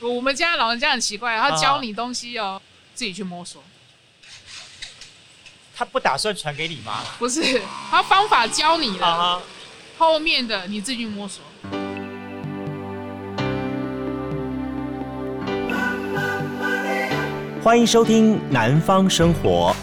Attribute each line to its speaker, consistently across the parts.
Speaker 1: 我们家老人家很奇怪，他
Speaker 2: 啊
Speaker 1: 教你东西哦，自己去摸索，
Speaker 2: 他不打算传给你吗？
Speaker 1: 不是他方法教你了，
Speaker 2: 啊哈，
Speaker 1: 后面的你自己去摸索。
Speaker 3: 欢迎收听《南方生活》。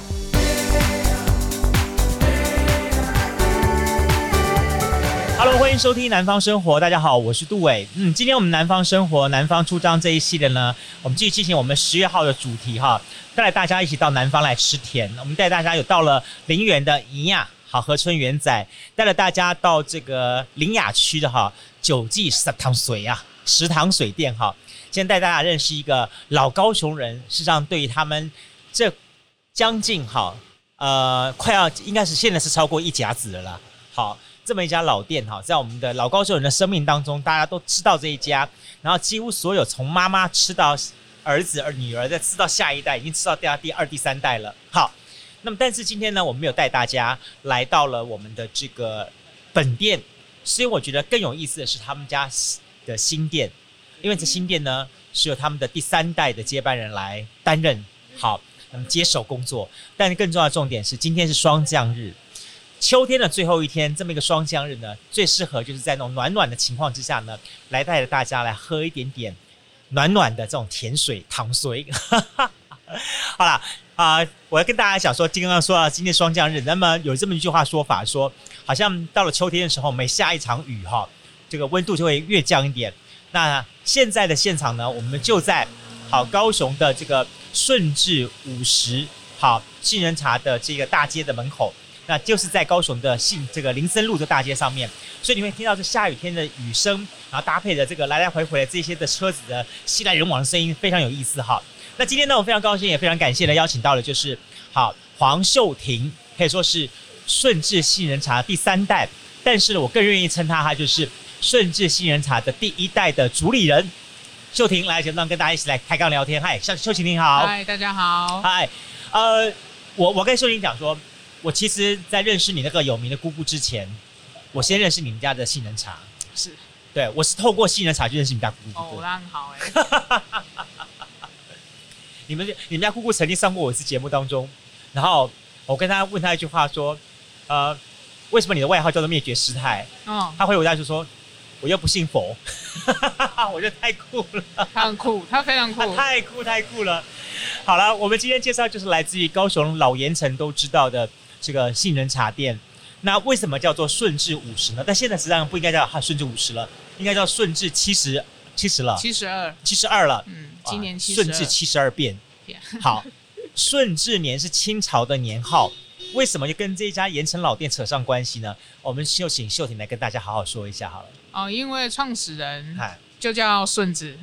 Speaker 2: Hello，欢迎收听《南方生活》，大家好，我是杜伟。嗯，今天我们《南方生活》《南方出张》这一系列呢，我们继续进行我们十月号的主题哈，带大家一起到南方来吃甜。我们带大家有到了林园的宜亚好河村园仔，带了大家到这个林雅区的哈九记食堂水啊食堂水店哈，今天带大家认识一个老高雄人，事实上对于他们这将近哈呃快要应该是现在是超过一甲子了啦。好，这么一家老店哈，在我们的老高雄人的生命当中，大家都知道这一家，然后几乎所有从妈妈吃到儿子、儿女儿，再吃到下一代，已经吃到第二、第二、第三代了。好，那么但是今天呢，我们没有带大家来到了我们的这个本店，所以我觉得更有意思的是他们家的新店，因为这新店呢是由他们的第三代的接班人来担任好，那么接手工作。但是更重要的重点是，今天是霜降日，秋天的最后一天，这么一个霜降日呢，最适合就是在那种暖暖的情况之下呢，来带着大家来喝一点点暖暖的这种甜水糖水。 好啦，啊、我要跟大家讲说，刚刚说到今天霜降日，那么有这么一句话说法说，好像到了秋天的时候，每下一场雨哈，这个温度就会越降一点。那现在的现场呢，我们就在好高雄的这个顺治五十好杏仁茶的这个大街的门口。那就是在高雄的信这个林森路的大街上面，所以你会听到这下雨天的雨声，然后搭配着这个来来回回的这些的车子的熙来人往的声音，非常有意思哈。那今天呢，我非常高兴，也非常感谢的邀请到了就是好黄秀婷，可以说是顺治杏仁茶第三代，但是呢，我更愿意称她她就是顺治杏仁茶的第一代的主理人秀婷来节目上跟大家一起来开杠聊天。嗨，秀秀婷你好，
Speaker 1: 嗨，大家好。
Speaker 2: 嗨，呃，我我跟秀玲讲说，我其实，在认识你那个有名的姑姑之前，我先认识你们家的杏仁茶。
Speaker 1: 是
Speaker 2: 对，我是透过杏仁茶去认识你们家姑
Speaker 1: 哦
Speaker 2: 姑，的。
Speaker 1: 那很好哎、
Speaker 2: 你们你们家姑姑曾经上过我一次节目当中，然后我跟她问她一句话说，呃，为什么你的外号叫做灭绝师太？
Speaker 1: 嗯，
Speaker 2: 她回我一下就说，我又不信佛， 我觉得太酷了。
Speaker 1: 他很酷，他非常酷
Speaker 2: 啊，。太酷 太酷了！好了，我们今天介绍就是来自于高雄老盐城都知道的这个杏仁茶店。那为什么叫做顺治五十呢？但现在实际上不应该叫顺治五十了，应该叫顺治七十七十了，
Speaker 1: 七十二，
Speaker 2: 七十二了。
Speaker 1: 嗯，今年
Speaker 2: 啊
Speaker 1: 七
Speaker 2: 顺治
Speaker 1: 十
Speaker 2: 七十 二变
Speaker 1: 变。
Speaker 2: 好，顺治年是清朝的年号，为什么就跟这一家盐城老店扯上关系呢？我们就请秀婷来跟大家好好说一下好了。
Speaker 1: 二。哦，因为创始人
Speaker 2: 看，
Speaker 1: 就叫顺子，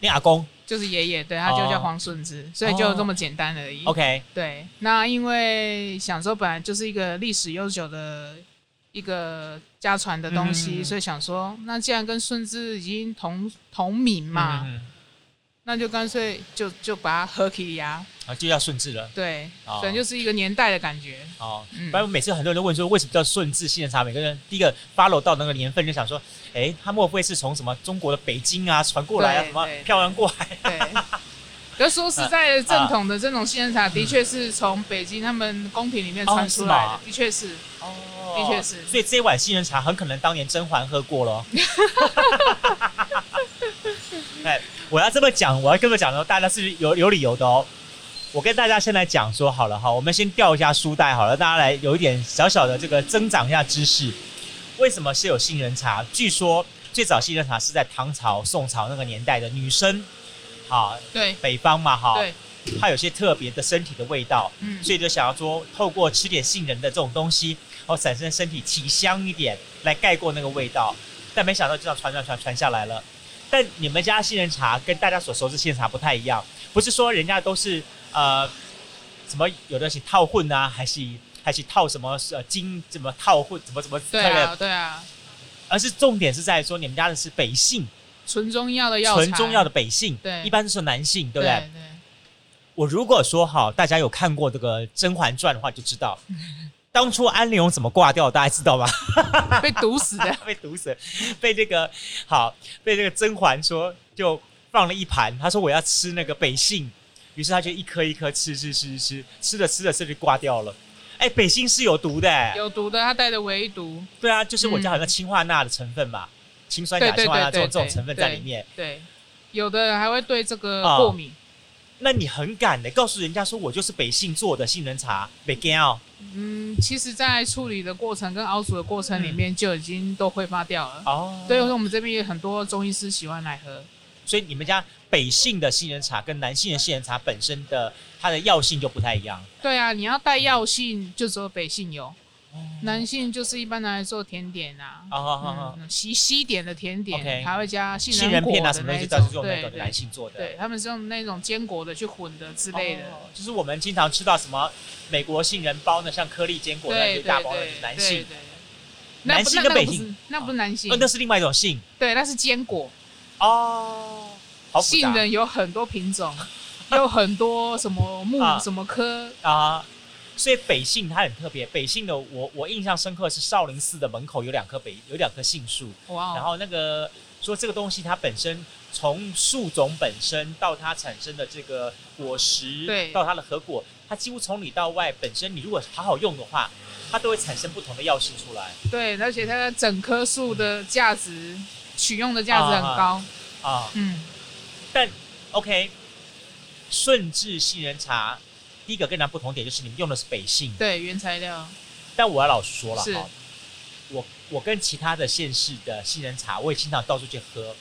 Speaker 2: 你阿公
Speaker 1: 就是爷爷，对他就叫黄顺子，所以就这么简单而已。
Speaker 2: 哦，OK，
Speaker 1: 对，那因为想说本来就是一个历史悠久的一个家传的东西，
Speaker 2: 嗯
Speaker 1: 所以想说，那既然跟顺治已经同同名嘛，
Speaker 2: 嗯嗯
Speaker 1: 那就干脆就就把它合起呀，
Speaker 2: 嗯啊，就叫顺治了。
Speaker 1: 对，
Speaker 2: 哦
Speaker 1: 可能就是一个年代的感觉。
Speaker 2: 哦，
Speaker 1: 嗯
Speaker 2: 反正每次很多人都问说为什么叫顺治杏仁茶，每个人第一个 follow 到那个年份就想说，哎，他莫非是从什么中国的北京啊传过来啊，
Speaker 1: 对
Speaker 2: 什么
Speaker 1: 对
Speaker 2: 漂洋过海？
Speaker 1: 对，可是说实在的，正统的这种仙人茶的确是从北京他们宫廷里面传出来
Speaker 2: 哦是吗
Speaker 1: 的，的确是，
Speaker 2: 哦
Speaker 1: 的确是
Speaker 2: 所以这一碗杏仁茶很可能当年甄嬛喝过了。哎，我要这么讲，我要这么讲呢，大家是有有理由的哦。我跟大家先来讲说好了哈，我们先调一下书袋好了，大家来有一点小小的这个增长一下知识。为什么是有杏仁茶？据说最早杏仁茶是在唐朝、宋朝那个年代的女生，好
Speaker 1: 对
Speaker 2: 北方嘛哈，
Speaker 1: 对，
Speaker 2: 它有些特别的身体的味道，
Speaker 1: 嗯，
Speaker 2: 所以就想要说，透过吃点杏仁的这种东西，哦，产生身体体香一点，来盖过那个味道。但没想到就这样传传传传下来了。但你们家杏仁茶跟大家所熟知杏仁茶不太一样，不是说人家都是呃什么有的是套混啊，还是还是套什么呃金怎么套混怎么怎么
Speaker 1: 对啊，对啊，
Speaker 2: 而是重点是在说你们家的是北杏，
Speaker 1: 纯中药的药材，
Speaker 2: 纯中药的北杏，
Speaker 1: 对
Speaker 2: 一般都是男性，
Speaker 1: 对
Speaker 2: 对不对？
Speaker 1: 对
Speaker 2: 我如果说哈，大家有看过这个《甄嬛传》的话，就 知道当初安陵容怎么挂掉，大家知道吧？
Speaker 1: 被毒死的，
Speaker 2: 被毒死，被这个好，被这个甄嬛说就放了一盘，他说我要吃那个北杏，于是他就一颗一颗吃吃吃吃吃，吃着吃着这就挂掉了。哎、北杏是有毒的、哎
Speaker 1: 有毒的，它带的唯毒，
Speaker 2: 对啊，就是我家好像氰化钠的成分嘛，氰酸钾、
Speaker 1: 嗯对对
Speaker 2: 氰化钠这
Speaker 1: 对
Speaker 2: 种这种
Speaker 1: 对
Speaker 2: 成分在里面。
Speaker 1: 对，有的人还会对这个
Speaker 2: 啊
Speaker 1: 过敏。
Speaker 2: 那你很敢的、告诉人家说我就是北杏做的杏仁茶，北干哦。
Speaker 1: 嗯，其实，在处理的过程跟熬煮的过程里面，就已经都挥发掉了。
Speaker 2: 哦，
Speaker 1: 所以说，我们这边有很多中医师喜欢来喝。
Speaker 2: 所以你们家北杏的杏仁茶跟南杏的杏仁茶本身的它的药性就不太一样。
Speaker 1: 对啊，你要带药性，就只有北杏有，南杏就是一般拿来做甜点啊，
Speaker 2: 哦哦哦哦，
Speaker 1: 嗯，西西点的甜
Speaker 2: OK
Speaker 1: 点，还会加杏
Speaker 2: 杏仁
Speaker 1: 仁果
Speaker 2: 片啊
Speaker 1: 的
Speaker 2: 什么
Speaker 1: 那
Speaker 2: 东西
Speaker 1: 一
Speaker 2: 都
Speaker 1: 种
Speaker 2: 是，用那
Speaker 1: 对
Speaker 2: 个
Speaker 1: 对
Speaker 2: 南杏做的。
Speaker 1: 对，他们是用那种坚果的去混的之类的。
Speaker 2: 哦就是我们经常吃到什么美国杏仁包呢，像颗粒坚果的那
Speaker 1: 对
Speaker 2: 些
Speaker 1: 对
Speaker 2: 大包的
Speaker 1: 对，
Speaker 2: 南
Speaker 1: 对
Speaker 2: 杏，
Speaker 1: 对那
Speaker 2: 南
Speaker 1: 不那
Speaker 2: 杏跟北
Speaker 1: 那不是
Speaker 2: 杏
Speaker 1: 那不是南杏
Speaker 2: 哦，，那是另外一种杏
Speaker 1: 对，那是坚果。
Speaker 2: 哦，好复
Speaker 1: 杏
Speaker 2: 杂
Speaker 1: 仁有很多品种， 有很多什么木
Speaker 2: 啊
Speaker 1: 什么科，
Speaker 2: 啊。所以北杏它很特别，北杏的我我印象深刻是少林寺的门口有两棵北有两棵杏树，
Speaker 1: 哇
Speaker 2: 然
Speaker 1: 哦，
Speaker 2: 后那个说这个东西它本身从树种本身到它产生的这个果实，
Speaker 1: 对
Speaker 2: 到它的核果，它几乎从里到外本身，你如果好好用的话，它都会产生不同的药性出来
Speaker 1: 对，而且它的整棵树的价值，取用的价值很高，
Speaker 2: 啊。
Speaker 1: 嗯，
Speaker 2: OK，顺治杏仁茶，第一个跟它不同点就是你们用的是北杏，
Speaker 1: 对，原材料，
Speaker 2: 但我要老实说了
Speaker 1: 是
Speaker 2: 哈，我我跟其他的县市的杏仁茶，我也经常到处去喝。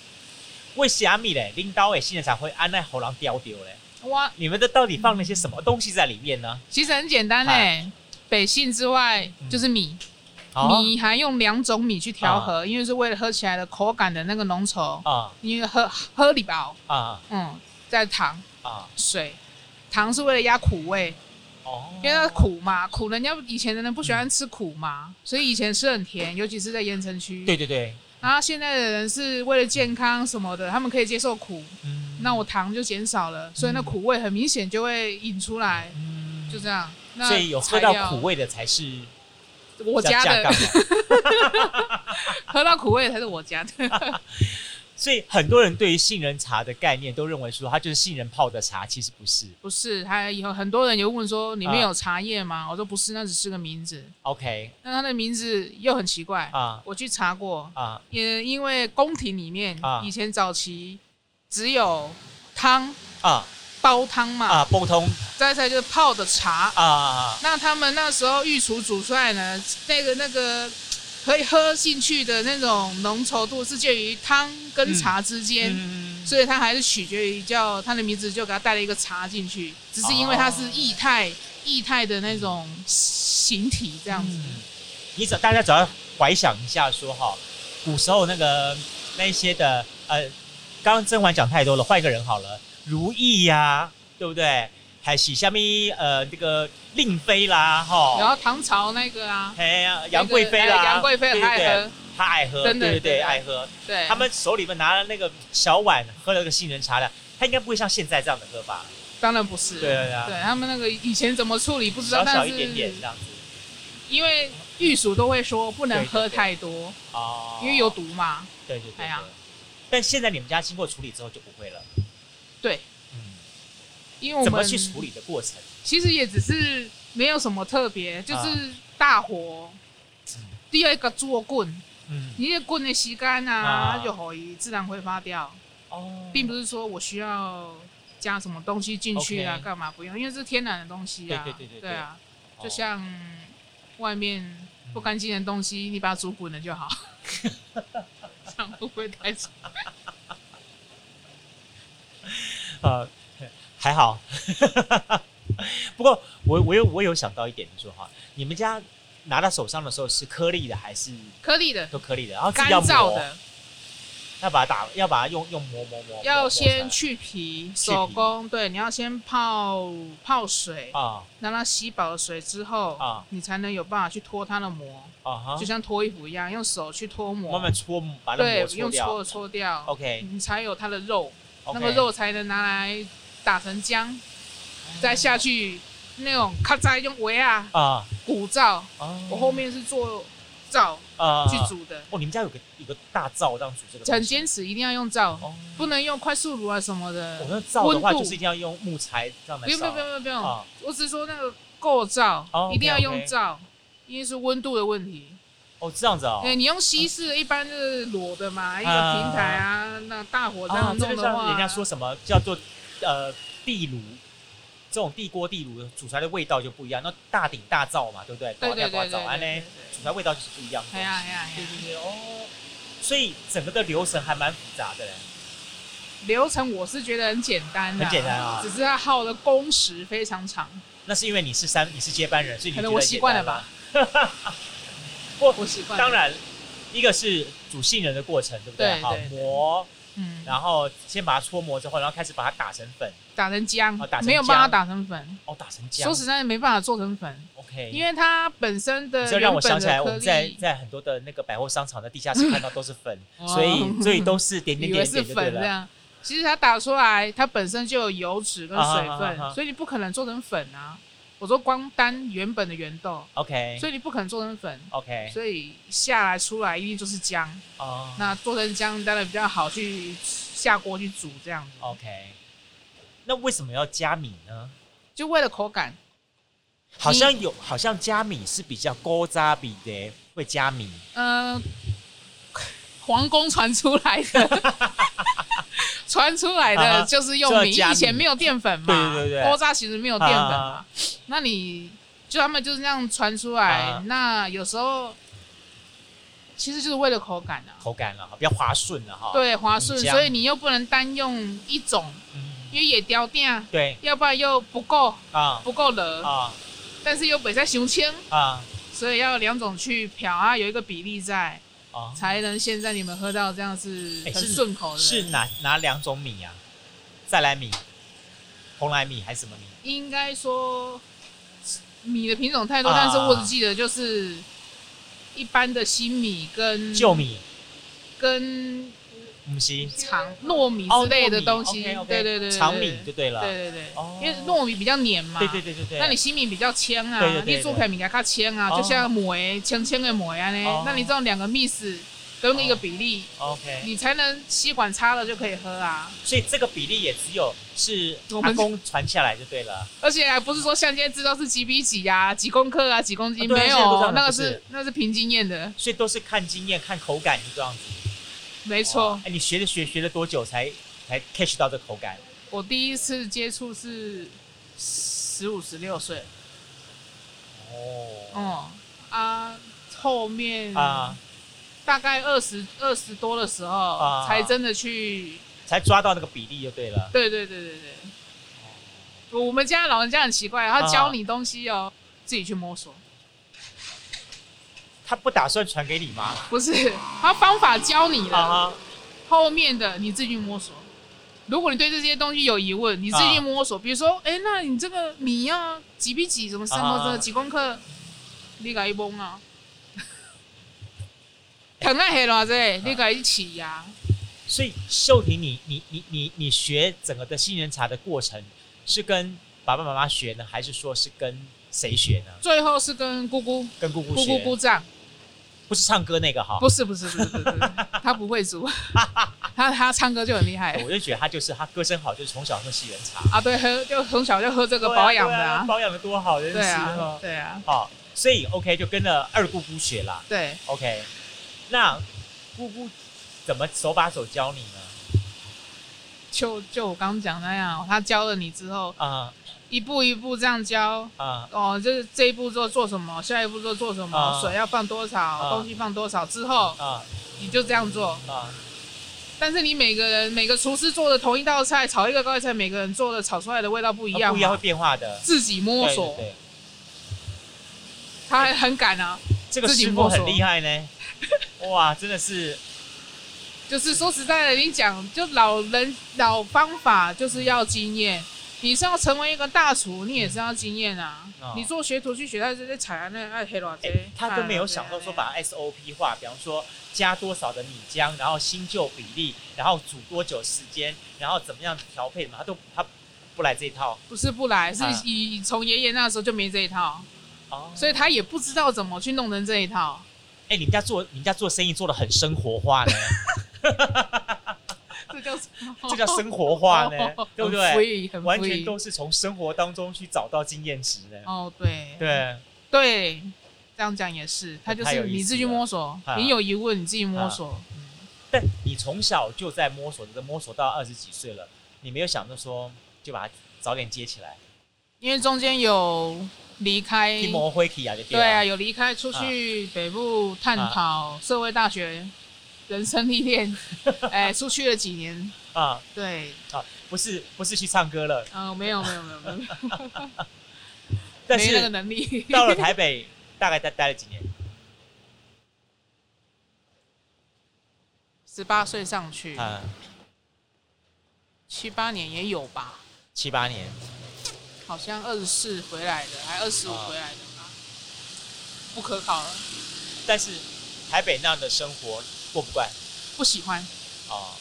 Speaker 2: 为虾米嘞？拎刀诶，杏仁茶会安奈喉咙丢丢嘞。
Speaker 1: 哇，
Speaker 2: 你们这到底放了些什么东西在里面呢？
Speaker 1: 其实很简单嘞。北杏之外
Speaker 2: 嗯
Speaker 1: 就是米，
Speaker 2: 哦
Speaker 1: 米还用两种米去调和，因为是为了喝起来的口感的那个浓稠，
Speaker 2: 啊
Speaker 1: 因为喝喝里饱，
Speaker 2: 啊
Speaker 1: 嗯，再糖
Speaker 2: 啊
Speaker 1: 水，糖是为了压苦味，
Speaker 2: 哦，
Speaker 1: 因为它苦嘛，苦人家以前的人不喜欢吃苦嘛，所以以前吃很甜，尤其是在盐城区。
Speaker 2: 对。对对，
Speaker 1: 然后现在的人是为了健康什么的，他们可以接受苦，
Speaker 2: 嗯
Speaker 1: 那我糖就减少了，所以那苦味很明显就会引出来，
Speaker 2: 嗯
Speaker 1: 就这样。那
Speaker 2: 所以有喝
Speaker 1: 材
Speaker 2: 到
Speaker 1: 料
Speaker 2: 苦，味的才是
Speaker 1: 我家
Speaker 2: 架杠
Speaker 1: 的
Speaker 2: 的。
Speaker 1: 喝到苦味才是我家的。
Speaker 2: 所以很多人对于杏仁茶的概念都认为说它就是杏仁泡的茶，其实不是。
Speaker 1: 不是，还有很多人有问说里面
Speaker 2: 啊
Speaker 1: 有茶叶吗？我说不是，那只是个名字。
Speaker 2: OK
Speaker 1: 那它的名字又很奇怪，
Speaker 2: 啊
Speaker 1: 我去查过，
Speaker 2: 啊
Speaker 1: 也因为宫廷里面、
Speaker 2: 啊
Speaker 1: 以前早期只有汤
Speaker 2: 啊
Speaker 1: 煲汤嘛，
Speaker 2: 啊，沟通
Speaker 1: 再再就是泡的茶。
Speaker 2: 啊啊
Speaker 1: 那他们那时候御厨煮出来呢，那个那个可以喝进去的那种浓稠度是介于汤跟茶之间。
Speaker 2: 嗯
Speaker 1: 所以它还是取决于叫它的名字，就给它带了一个茶进去，只是因为它是
Speaker 2: 哦
Speaker 1: 液态、液态的那种形体这样子。
Speaker 2: 嗯你只大家只要怀想一下说哈，古时候那个那一些的呃，刚刚甄嬛讲太多了，换一个人好了，如意呀、对不对？还是下面呃这个令妃啦
Speaker 1: 然
Speaker 2: 哈，
Speaker 1: 后唐朝那个啊，
Speaker 2: 哎呀杨贵妃啦，
Speaker 1: 那个杨贵妃
Speaker 2: 对
Speaker 1: 很
Speaker 2: 对
Speaker 1: 爱
Speaker 2: 对，
Speaker 1: 喝，
Speaker 2: 她爱喝，
Speaker 1: 真的
Speaker 2: 对
Speaker 1: 真
Speaker 2: 对对
Speaker 1: 的
Speaker 2: 爱喝，
Speaker 1: 对，
Speaker 2: 他们手里面拿了那个小碗喝了个杏仁茶的，她应该不会像现在这样的喝吧？
Speaker 1: 当然不是，
Speaker 2: 对对啊，
Speaker 1: 对他们那个以前怎么处理不知道，
Speaker 2: 小小
Speaker 1: 但
Speaker 2: 一
Speaker 1: 是
Speaker 2: 点点这样子
Speaker 1: 因为御鼠都会说不能喝太多，
Speaker 2: 哦，
Speaker 1: 因为有毒嘛。
Speaker 2: 对对对对
Speaker 1: 哎呀
Speaker 2: 但现在你们家经过处理之后就不会了。
Speaker 1: 对，
Speaker 2: 嗯，
Speaker 1: 因为我们
Speaker 2: 怎么去处理的过程？
Speaker 1: 其实也只是没有什么特
Speaker 2: 啊
Speaker 1: 别，就是大火。
Speaker 2: 嗯
Speaker 1: 第二个做棍，
Speaker 2: 嗯，
Speaker 1: 你的棍的吸干
Speaker 2: 啊
Speaker 1: 啊，它就好易自然挥发掉，
Speaker 2: 哦
Speaker 1: 并不是说我需要加什么东西进去啊，
Speaker 2: OK
Speaker 1: 干嘛不用？因为是天然的东西啊，
Speaker 2: 对对对对对
Speaker 1: 啊，就像外面不干净的东西，你把它煮滚了 就好。这样会不会太扯？
Speaker 2: 呃还好。 不过我我有我有想到一点，就说哈，你们家拿到手上的时候是颗粒的还是
Speaker 1: 颗粒的、
Speaker 2: 都颗粒的？然后自
Speaker 1: 干
Speaker 2: 己要
Speaker 1: 燥
Speaker 2: 磨，
Speaker 1: 的，
Speaker 2: 要把它打，要把它用用磨磨磨，
Speaker 1: 要
Speaker 2: 磨
Speaker 1: 先
Speaker 2: 磨出
Speaker 1: 去皮，手工对，你要先泡泡水
Speaker 2: 来，啊
Speaker 1: 让它吸饱了水之后，
Speaker 2: 啊
Speaker 1: 你才能有办法去脱它的膜，
Speaker 2: 啊哈
Speaker 1: 就，像脱衣服一样，用手去脱膜，
Speaker 2: 慢慢搓，把它
Speaker 1: 对
Speaker 2: 磨，搓
Speaker 1: 用搓
Speaker 2: 掉。
Speaker 1: 的搓掉
Speaker 2: OK
Speaker 1: 你才有它的肉
Speaker 2: OK
Speaker 1: 那个肉才能拿来打成浆，
Speaker 2: 嗯
Speaker 1: 再下去那种咔嚓用围啊
Speaker 2: 啊
Speaker 1: 鼓噪，
Speaker 2: 啊，
Speaker 1: 我后面是做灶
Speaker 2: 呃
Speaker 1: 去煮的，
Speaker 2: 哦，你们家有个有个大灶这样煮这个东
Speaker 1: 很
Speaker 2: 西
Speaker 1: 坚持一定要用灶，
Speaker 2: 哦，
Speaker 1: 不能用快速炉啊什么的
Speaker 2: 我。那灶的话
Speaker 1: 温度
Speaker 2: 就是一定要用木材这样来
Speaker 1: 不用不
Speaker 2: 烧
Speaker 1: 用不用不用，
Speaker 2: 啊。
Speaker 1: 我只是说那个构造、
Speaker 2: 哦，OK，
Speaker 1: 一定要
Speaker 2: OK
Speaker 1: 用灶，因为是温度的问题。
Speaker 2: 哦，这样子哦
Speaker 1: 哎、。你用西式一般就是裸的嘛，一个
Speaker 2: 啊
Speaker 1: 平台啊，那大火这
Speaker 2: 啊
Speaker 1: 样，
Speaker 2: 这
Speaker 1: 弄
Speaker 2: 就
Speaker 1: 的话，
Speaker 2: 像人家说什么叫做呃地炉，这种地锅地炉煮出来的味道就不一样。那大鼎大灶嘛，对不对？
Speaker 1: 对对对
Speaker 2: 大
Speaker 1: 对
Speaker 2: 灶
Speaker 1: 对
Speaker 2: 安
Speaker 1: 对
Speaker 2: 呢，煮出来味道就是不一样的。
Speaker 1: 哎呀哎呀哎
Speaker 2: 对
Speaker 1: 呀，
Speaker 2: 对对哦。所以整个的流程还蛮复杂的嘞。
Speaker 1: 流程我是觉得很简单的、
Speaker 2: 很简单啊
Speaker 1: 只是它耗的工时非常长。
Speaker 2: 那是因为你是三，你是接班人，所以你
Speaker 1: 可能
Speaker 2: 觉得
Speaker 1: 我
Speaker 2: 简
Speaker 1: 习惯
Speaker 2: 单
Speaker 1: 了吧
Speaker 2: 吗。
Speaker 1: 我习惯了
Speaker 2: 当，然，一个是煮杏仁的过程，对不
Speaker 1: 对
Speaker 2: 好
Speaker 1: 对对
Speaker 2: 磨，
Speaker 1: 嗯，
Speaker 2: 然后先把它搓磨之后，然后开始把它打成粉，
Speaker 1: 打成浆，
Speaker 2: 哦打成
Speaker 1: 没有办法
Speaker 2: 浆
Speaker 1: 打成粉。
Speaker 2: 哦，打成浆。
Speaker 1: 说实在，没办法做成粉，
Speaker 2: OK，
Speaker 1: 因为它本身的
Speaker 2: 这哎让我
Speaker 1: 原本
Speaker 2: 想起来，
Speaker 1: 的
Speaker 2: 我
Speaker 1: 颗
Speaker 2: 们在
Speaker 1: 粒
Speaker 2: 在很多的那个百货商场的地下室看到都是粉，
Speaker 1: 哦
Speaker 2: 所以所以都 是点点
Speaker 1: 以为
Speaker 2: 点
Speaker 1: 是
Speaker 2: 点就对
Speaker 1: 粉这
Speaker 2: 了。
Speaker 1: 样。其实它打出来，它本身就有油脂跟水
Speaker 2: 啊啊
Speaker 1: 分，
Speaker 2: 啊啊
Speaker 1: 所以你不可能做成粉啊。我说光单原本的原豆，
Speaker 2: OK
Speaker 1: 所以你不可能做成粉，
Speaker 2: OK
Speaker 1: 所以下来出来一定就是浆。
Speaker 2: 哦
Speaker 1: 那做成浆当然比较好去下锅去煮这样子，
Speaker 2: OK，那为什么要加米呢？
Speaker 1: 就为了口感。
Speaker 2: 好像有，好像加米是比较勾扎比的，会加米。
Speaker 1: 呃，皇宫传出来的， 传出来
Speaker 2: 啊
Speaker 1: 的
Speaker 2: 哈
Speaker 1: 就是
Speaker 2: 就
Speaker 1: 用
Speaker 2: 要
Speaker 1: 米，
Speaker 2: 加米
Speaker 1: 以前没有淀粉嘛，
Speaker 2: 对对对对
Speaker 1: 锅渣其实没有淀粉嘛，
Speaker 2: 啊
Speaker 1: 那你就他们就是这样传出来，
Speaker 2: 啊
Speaker 1: 那有时候其实就是为了口感啊，
Speaker 2: 口感了哈，比较滑顺了哈。，
Speaker 1: 对，滑顺，
Speaker 2: 哦米浆
Speaker 1: 所以你又不能单用一种，
Speaker 2: 嗯、
Speaker 1: 因为也掉定，
Speaker 2: 对
Speaker 1: 要不然又不够
Speaker 2: 啊
Speaker 1: 不够热，
Speaker 2: 啊
Speaker 1: 但是又北在熊青，
Speaker 2: 啊
Speaker 1: 所以要两种去漂啊，有一个比例在。
Speaker 2: 啊！
Speaker 1: 才能现在你们喝到这样是
Speaker 2: 哎
Speaker 1: 很
Speaker 2: 是
Speaker 1: 顺口的，
Speaker 2: 是哪哪两种米呀、再来米，红来米还是什么米？
Speaker 1: 应该说米的品种太多，
Speaker 2: 啊
Speaker 1: 但是我只记得就是一般的新米跟
Speaker 2: 旧米、
Speaker 1: 跟
Speaker 2: 母西
Speaker 1: 长糯米
Speaker 2: 哦
Speaker 1: 之类的东西，
Speaker 2: o k o k
Speaker 1: 哦对对对，对
Speaker 2: 长米就对了。
Speaker 1: 对对对，
Speaker 2: 哦
Speaker 1: 因为糯米比较黏嘛，
Speaker 2: 对对对对对。
Speaker 1: 那你新米比较轻啊，
Speaker 2: 对对对对
Speaker 1: 你做起来米给它轻啊，
Speaker 2: 哦
Speaker 1: 就像梅轻轻的梅啊
Speaker 2: 哦
Speaker 1: 呢，那你这种两个 mix 跟一个比例，
Speaker 2: OK，
Speaker 1: 你才能吸管插了就可以喝啊。
Speaker 2: 所以这个比例也只有是
Speaker 1: 我
Speaker 2: 阿
Speaker 1: 们
Speaker 2: 公传下来就对了。
Speaker 1: 而且还不是说像现在知道是几比几呀、几公克啊、几公斤，
Speaker 2: 啊对啊
Speaker 1: 没有
Speaker 2: 现在都这
Speaker 1: 哦
Speaker 2: 样，
Speaker 1: 那个
Speaker 2: 不是
Speaker 1: 是那是凭经验的，
Speaker 2: 所以都是看经验、看口感这样子。
Speaker 1: 没
Speaker 2: 没
Speaker 1: 错。
Speaker 2: 哎、你学着学学了多久才才 catch 到这口感？
Speaker 1: 我第一次接触是十五十六岁，
Speaker 2: 哦。
Speaker 1: 哦、啊，后面
Speaker 2: 啊，
Speaker 1: 大概二十二十多的时候、
Speaker 2: 啊
Speaker 1: 才真的去，
Speaker 2: 才抓到那个比例就对了。
Speaker 1: 对对对对对。我我们家老人家很奇怪，
Speaker 2: 啊
Speaker 1: 他教你东西哦，自己去摸索，
Speaker 2: 他不打算传给你吗？
Speaker 1: 不是他方法教你了。
Speaker 2: 啊哈，
Speaker 1: 后面的你自己去摸索。如果你对这些东西有疑问，你自
Speaker 2: 啊
Speaker 1: 己去摸索。比如说，哎、那你这个米要几比几，什么三公
Speaker 2: 啊
Speaker 1: 克、几公克，你改一崩啊？疼爱黑偌
Speaker 2: 啊
Speaker 1: 济，你改一起呀、
Speaker 2: 所以秀婷你，你你你你学整个的杏仁茶的过程是跟爸爸妈妈学呢，还是说是跟谁学呢？
Speaker 1: 最后是跟姑姑
Speaker 2: 跟姑姑
Speaker 1: 姑
Speaker 2: 学？
Speaker 1: 姑姑丈，
Speaker 2: 不是唱歌那个哈，
Speaker 1: 不是不是不是不是，不是他不会煮，他他唱歌就很厉害
Speaker 2: 我就觉得他就是他歌声好，就是从小喝杏仁茶。
Speaker 1: 啊。对，喝就从小就喝这个
Speaker 2: 对啊
Speaker 1: 保养的
Speaker 2: 对啊
Speaker 1: 啊，
Speaker 2: 保养的多好，真是
Speaker 1: 对啊
Speaker 2: 哦，
Speaker 1: 对啊，
Speaker 2: 好，所以 OK 就跟着二姑姑学啦。
Speaker 1: 对。
Speaker 2: OK，那姑姑怎么手把手教你呢？
Speaker 1: 就就我刚刚讲那样，哦他教了你之后，
Speaker 2: 啊
Speaker 1: 一步一步这样教，
Speaker 2: 啊
Speaker 1: 哦，就是这一步做做什么，下一步做做什么，
Speaker 2: 啊
Speaker 1: 水要放多少，
Speaker 2: 啊
Speaker 1: 东西放多少，之后
Speaker 2: 啊
Speaker 1: 你就这样做。
Speaker 2: 啊！
Speaker 1: 但是你每个人每个厨师做的同一道菜，炒一个高丽菜，每个人做的炒出来的味道不一样
Speaker 2: 啊不
Speaker 1: 嘛，
Speaker 2: 一样会变化的。
Speaker 1: 自己摸
Speaker 2: 对
Speaker 1: 索
Speaker 2: 对，对，
Speaker 1: 他还很敢啊。
Speaker 2: 这个
Speaker 1: 自己
Speaker 2: 师傅
Speaker 1: 摸索
Speaker 2: 很厉害呢。哇，真的是
Speaker 1: 就是说实在的，你讲就老人老方法就是要经验，你是要成为一个大厨，你也是要经验啊。
Speaker 2: 哦
Speaker 1: 你做学徒去学到这些菜啊，那爱黑老
Speaker 2: 哎、
Speaker 1: 贼，哎
Speaker 2: 他都没有想到说把 SOP 化，比方说加多少的米浆，然后新旧比例，然后煮多久时间，然后怎么样调配嘛，他都他不来这一套
Speaker 1: 不是不来，是
Speaker 2: 啊
Speaker 1: 以从爷爷那时候就没这一套。
Speaker 2: 哦
Speaker 1: 所以他也不知道怎么去弄成这一套。
Speaker 2: 哎、哎、你们家做你们家做生意做的很生活 化呢，
Speaker 1: 这叫什么？
Speaker 2: 这叫生活化呢，对 不
Speaker 1: 哦很 f
Speaker 2: 对？
Speaker 1: r 很 free
Speaker 2: 完全都是从生活当中去找到经验值呢。
Speaker 1: 哦，对
Speaker 2: 对，
Speaker 1: 对，这样讲也是，他就
Speaker 2: 太有
Speaker 1: 是
Speaker 2: 意思
Speaker 1: 你自己去
Speaker 2: 了
Speaker 1: 摸索
Speaker 2: 啊，
Speaker 1: 你有疑问你自己摸
Speaker 2: 啊
Speaker 1: 索。
Speaker 2: 但你从小就在摸索，这摸索到二十几岁了，你没有想着说就把它早点接起来，
Speaker 1: 因为中间有离开，
Speaker 2: 一摸灰起啊就
Speaker 1: 哎对啊，
Speaker 2: 了。
Speaker 1: 有离开出去
Speaker 2: 啊
Speaker 1: 北部探讨社会大学人生历 练，哎，出去了几年，
Speaker 2: 啊
Speaker 1: 对，
Speaker 2: 不是不是去唱歌了，
Speaker 1: 嗯，没有没有没有没有，
Speaker 2: 但
Speaker 1: 没那个
Speaker 2: 是
Speaker 1: 能力，
Speaker 2: 到了台北大概待待了几年，
Speaker 1: 十八岁上去，
Speaker 2: 啊，
Speaker 1: 七八年也有吧，
Speaker 2: 七八年，
Speaker 1: 好像二十四回来的，还二十五
Speaker 2: 啊
Speaker 1: 回来的吧，不可考了，
Speaker 2: 但是台北那样的生活过不惯
Speaker 1: 不喜欢，
Speaker 2: 啊。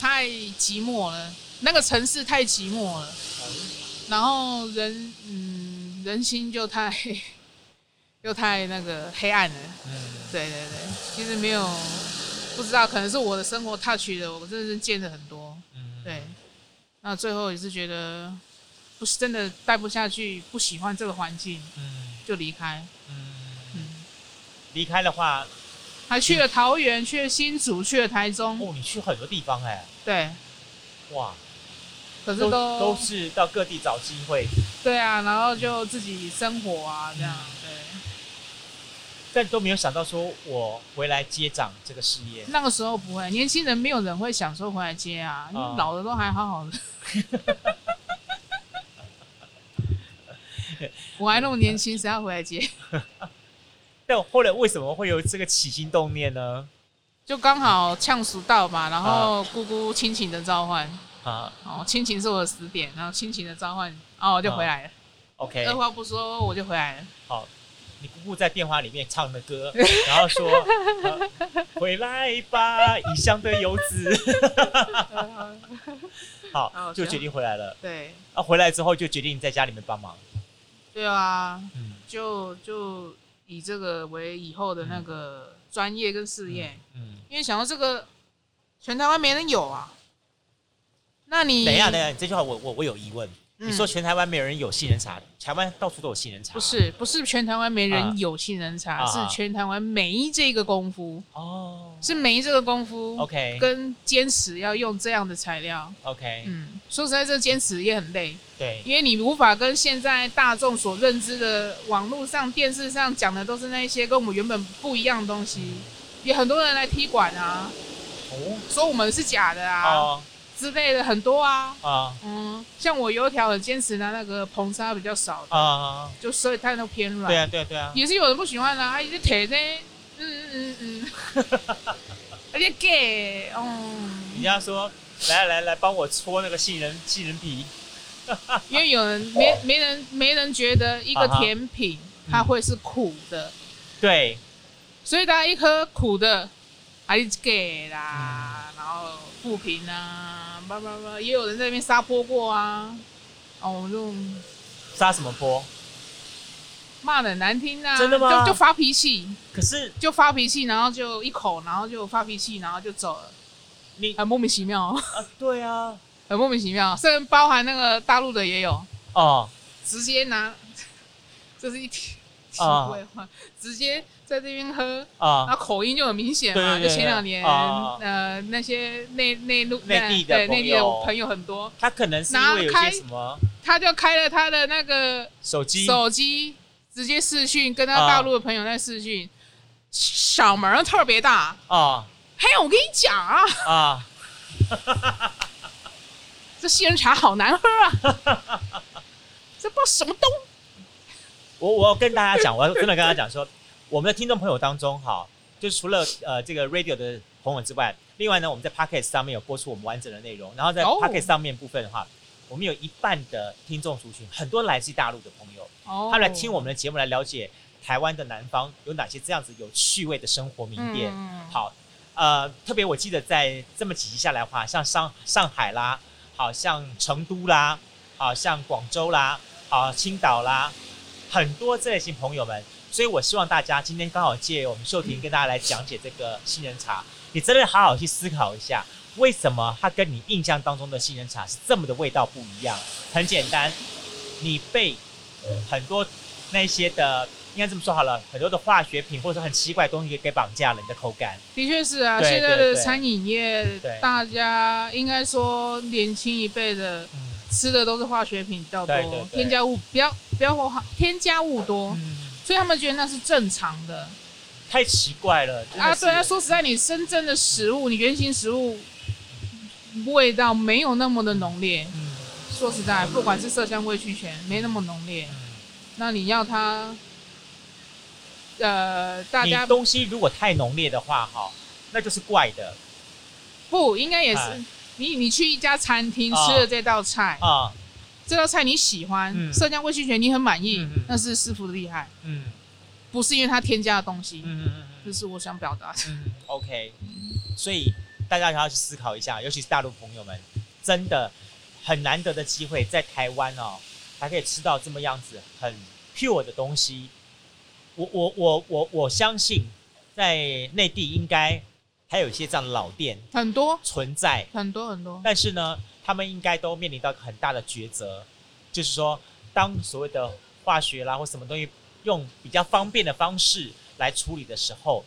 Speaker 1: 太寂寞了，那个城市太寂寞了。然后人，嗯，人心就太 又太那个黑暗了。
Speaker 2: 嗯，
Speaker 1: 对对对，其实没有不知道，可能是我的生活 touch 的，我真的是见了很多。
Speaker 2: 嗯，
Speaker 1: 对，那最后也是觉得不是真的待不下去，不喜欢这个环境
Speaker 2: 嗯
Speaker 1: 就离开。
Speaker 2: 嗯，
Speaker 1: 嗯，
Speaker 2: 离开的话，
Speaker 1: 还去了桃园，去了新竹，去了台中。
Speaker 2: 哦，你去很多地方哎，
Speaker 1: 对，
Speaker 2: 哇，
Speaker 1: 可是
Speaker 2: 都
Speaker 1: 都
Speaker 2: 都是到各地找机会，
Speaker 1: 对啊，然后就自己生活啊，这样
Speaker 2: 嗯
Speaker 1: 对。
Speaker 2: 但都没有想到说我回来接掌这个事业。
Speaker 1: 那个时候不会，年轻人没有人会想说回来接啊，因为
Speaker 2: 啊
Speaker 1: 老的都还好好 的。我还那么年轻，谁要回来接？
Speaker 2: 但后来为什么会有这个起心动念呢？
Speaker 1: 就刚好呛熟到嘛，然后姑姑亲情的召唤，
Speaker 2: 啊
Speaker 1: 哦，亲情是我的死点，然后亲情的召唤，哦，我就回来了，
Speaker 2: 啊，OK，
Speaker 1: 二话不说我就回来了。
Speaker 2: 好，你姑姑在电话里面唱的 歌，然后说、啊回来吧，异乡的游子， 好，
Speaker 1: 哦
Speaker 2: 就决定回来了。
Speaker 1: 对，
Speaker 2: 啊，回来之后就决定在家里面帮忙。
Speaker 1: 对啊，
Speaker 2: 嗯，
Speaker 1: 就就以这个为以后的那个专业跟事业，
Speaker 2: 嗯，
Speaker 1: 因为想到这个全台湾没人有啊。那你
Speaker 2: 嗯等一下，等一下，你这句话我我我有疑问。
Speaker 1: 嗯
Speaker 2: 啊你说全台湾没有人有杏仁茶，台湾到处都有杏仁茶，
Speaker 1: 不？是不是全台湾没
Speaker 2: 啊
Speaker 1: 人有杏仁茶，
Speaker 2: 啊
Speaker 1: 是全台湾没这个功夫，
Speaker 2: 哦
Speaker 1: 是没这个功夫。
Speaker 2: ，OK
Speaker 1: 跟坚持要用这样的材料，
Speaker 2: OK，、
Speaker 1: 嗯，说实在，这坚持也很累，
Speaker 2: 对，
Speaker 1: 因为你无法跟现在大众所认知的网络上、电视上讲的都是那一些跟我们原本不一样的东西，也很多人来踢馆啊，
Speaker 2: 哦
Speaker 1: 说我们是假的啊、
Speaker 2: 哦
Speaker 1: 之类的，很多啊。
Speaker 2: 啊
Speaker 1: 嗯，像我油条很坚持拿那个硼砂比较少的，
Speaker 2: 啊，
Speaker 1: 就所以它都偏软。
Speaker 2: 对啊对啊对啊，
Speaker 1: 也是有人不喜欢啊，他一直铁呢，嗯嗯嗯嗯， 而且 gay，
Speaker 2: 人
Speaker 1: 嗯，
Speaker 2: 家说来来来，帮我搓那个杏仁杏仁皮，
Speaker 1: 因为有人没没人没人觉得一个甜品
Speaker 2: 啊嗯
Speaker 1: 它会是苦的，
Speaker 2: 对，
Speaker 1: 所以大家一喝苦的，还是 gay 啦，然后不平啊，叭叭叭，也有人在那边撒泼过啊，哦，我们就
Speaker 2: 杀什么波？
Speaker 1: 骂的难听啊，
Speaker 2: 真的吗
Speaker 1: 就就发脾气，
Speaker 2: 可是
Speaker 1: 就发脾气，然后就一口，然后就发脾气，然后就走了，
Speaker 2: 你
Speaker 1: 很莫名其妙、 哦。
Speaker 2: 啊，对啊，
Speaker 1: 很莫名其妙，甚至包含那个大陆的也有，
Speaker 2: 哦，
Speaker 1: 直接拿， 这是一体体
Speaker 2: 啊
Speaker 1: 会 话，直接在这边喝，
Speaker 2: 啊
Speaker 1: 然后口音就很明显嘛。
Speaker 2: 对对对
Speaker 1: 就前两年，
Speaker 2: 啊
Speaker 1: 呃，那些内内陆
Speaker 2: 内地的
Speaker 1: 对
Speaker 2: 朋友
Speaker 1: 内地的朋友很多，
Speaker 2: 他可能是因为有一
Speaker 1: 拿开
Speaker 2: 些什么
Speaker 1: 他就开了他的那个
Speaker 2: 手机
Speaker 1: 手机，直接视讯，跟他
Speaker 2: 啊
Speaker 1: 大陆的朋友在视讯，嗓门儿特别大。
Speaker 2: 啊
Speaker 1: 嘿，我跟你讲啊，
Speaker 2: 啊，
Speaker 1: 这杏仁茶好难喝啊， 这不知道什么东
Speaker 2: 我我要跟大家讲，我要真的跟大家讲说，我们的听众朋友当中哈，就是除了呃这个 radio 的朋友之外，另外呢，我们在 podcast 上面有播出我们完整的内容，然后在
Speaker 1: 哦
Speaker 2: podcast 上面部分的话，我们有一半的听众族群，很多来自大陆的朋友，
Speaker 1: 哦
Speaker 2: 他们来听我们的节目，来了解台湾的南方有哪些这样子有趣味的生活名店。
Speaker 1: 嗯
Speaker 2: 好，呃，特别我记得在这么几集下来的话，像上上海啦，好像成都啦，好像广州啦，啊青岛啦，很多这类型朋友们，所以我希望大家今天刚好借我们秀婷跟大家来讲解这个杏仁茶，你真的好好去思考一下，为什么它跟你印象当中的杏仁茶是这么的味道不一样？很简单，你被很多那些的。应该这么说好了，很多的化学品或者很奇怪的东西给绑架了你的口感。
Speaker 1: 的确是啊，
Speaker 2: 对
Speaker 1: 现在的
Speaker 2: 对对
Speaker 1: 餐饮业
Speaker 2: 对，
Speaker 1: 大家应该说年轻一辈的吃的都是化学品比较多，
Speaker 2: 对对对
Speaker 1: 添加物不要不要说添加物多，
Speaker 2: 嗯，
Speaker 1: 所以他们觉得那是正常的
Speaker 2: 太奇怪了。真的
Speaker 1: 啊。
Speaker 2: 是
Speaker 1: 对啊，说实在，你真正的食物，你原型食物味道没有那么的浓烈。
Speaker 2: 嗯
Speaker 1: 说实在，不管是色香味俱全，没那么浓烈。
Speaker 2: 嗯
Speaker 1: 那你要它，呃，大
Speaker 2: 你
Speaker 1: 家
Speaker 2: 东西如果太浓烈的话，哈，那就是怪的
Speaker 1: 不应该也是
Speaker 2: 哎
Speaker 1: 你，你去一家餐厅
Speaker 2: 啊
Speaker 1: 吃了这道菜，
Speaker 2: 啊。
Speaker 1: 这道菜你喜欢，
Speaker 2: 嗯
Speaker 1: 色香味俱全，你很满意
Speaker 2: 嗯嗯，
Speaker 1: 那是师傅的厉害，
Speaker 2: 嗯
Speaker 1: 不是因为他添加的东西，
Speaker 2: 嗯嗯
Speaker 1: 这是我想表达的。
Speaker 2: 嗯，OK。所以大家要去思考一下，尤其是大陆朋友们，真的很难得的机会，在台湾哦，还可以吃到这么样子很 pure 的东西。我我我我我相信，在内地应该还有一些这样的老店
Speaker 1: 很多
Speaker 2: 存在，
Speaker 1: 很多很多，
Speaker 2: 但是呢，他们应该都面临到很大的抉择，就是说，当所谓的化学啦或什么东西用比较方便的方式来处理的时候，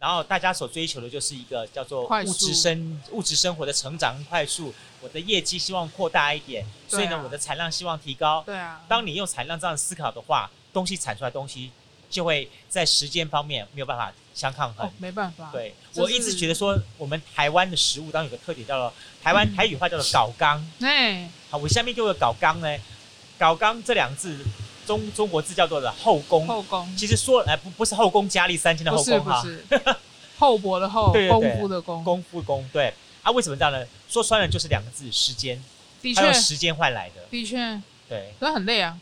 Speaker 2: 然后大家所追求的就是一个叫做
Speaker 1: 快
Speaker 2: 物
Speaker 1: 速
Speaker 2: 质生物质生活的成长快速，我的业绩希望扩大一点，所以
Speaker 1: 对
Speaker 2: 呢，
Speaker 1: 啊
Speaker 2: 我的产量希望提高。
Speaker 1: 对啊，
Speaker 2: 当你用产量这样思考的话，东西产出来的东西就会在时间方面没有办法相抗衡
Speaker 1: 哦。没办法，
Speaker 2: 对，
Speaker 1: 就是
Speaker 2: 我一直觉得说，我们台湾的食物当中有个特点叫做台湾
Speaker 1: 嗯
Speaker 2: 台语话叫做“搞纲
Speaker 1: 哎，”。
Speaker 2: 好，我下面就有“搞纲”呢，“搞纲”这两字，中中国字叫做的后宫。
Speaker 1: 后宫
Speaker 2: 其实说来不不是后宫佳丽三千的
Speaker 1: 不
Speaker 2: 后
Speaker 1: 是
Speaker 2: 宫
Speaker 1: 不
Speaker 2: 哈，
Speaker 1: 是厚薄的厚
Speaker 2: 对，对
Speaker 1: 功
Speaker 2: 对
Speaker 1: 夫的功，
Speaker 2: 功夫宫对啊，为什么这样呢？说穿了就是两个字，时间，
Speaker 1: 的
Speaker 2: 它
Speaker 1: 确
Speaker 2: 用时间换来的。
Speaker 1: 的确，
Speaker 2: 对
Speaker 1: 可是很累啊。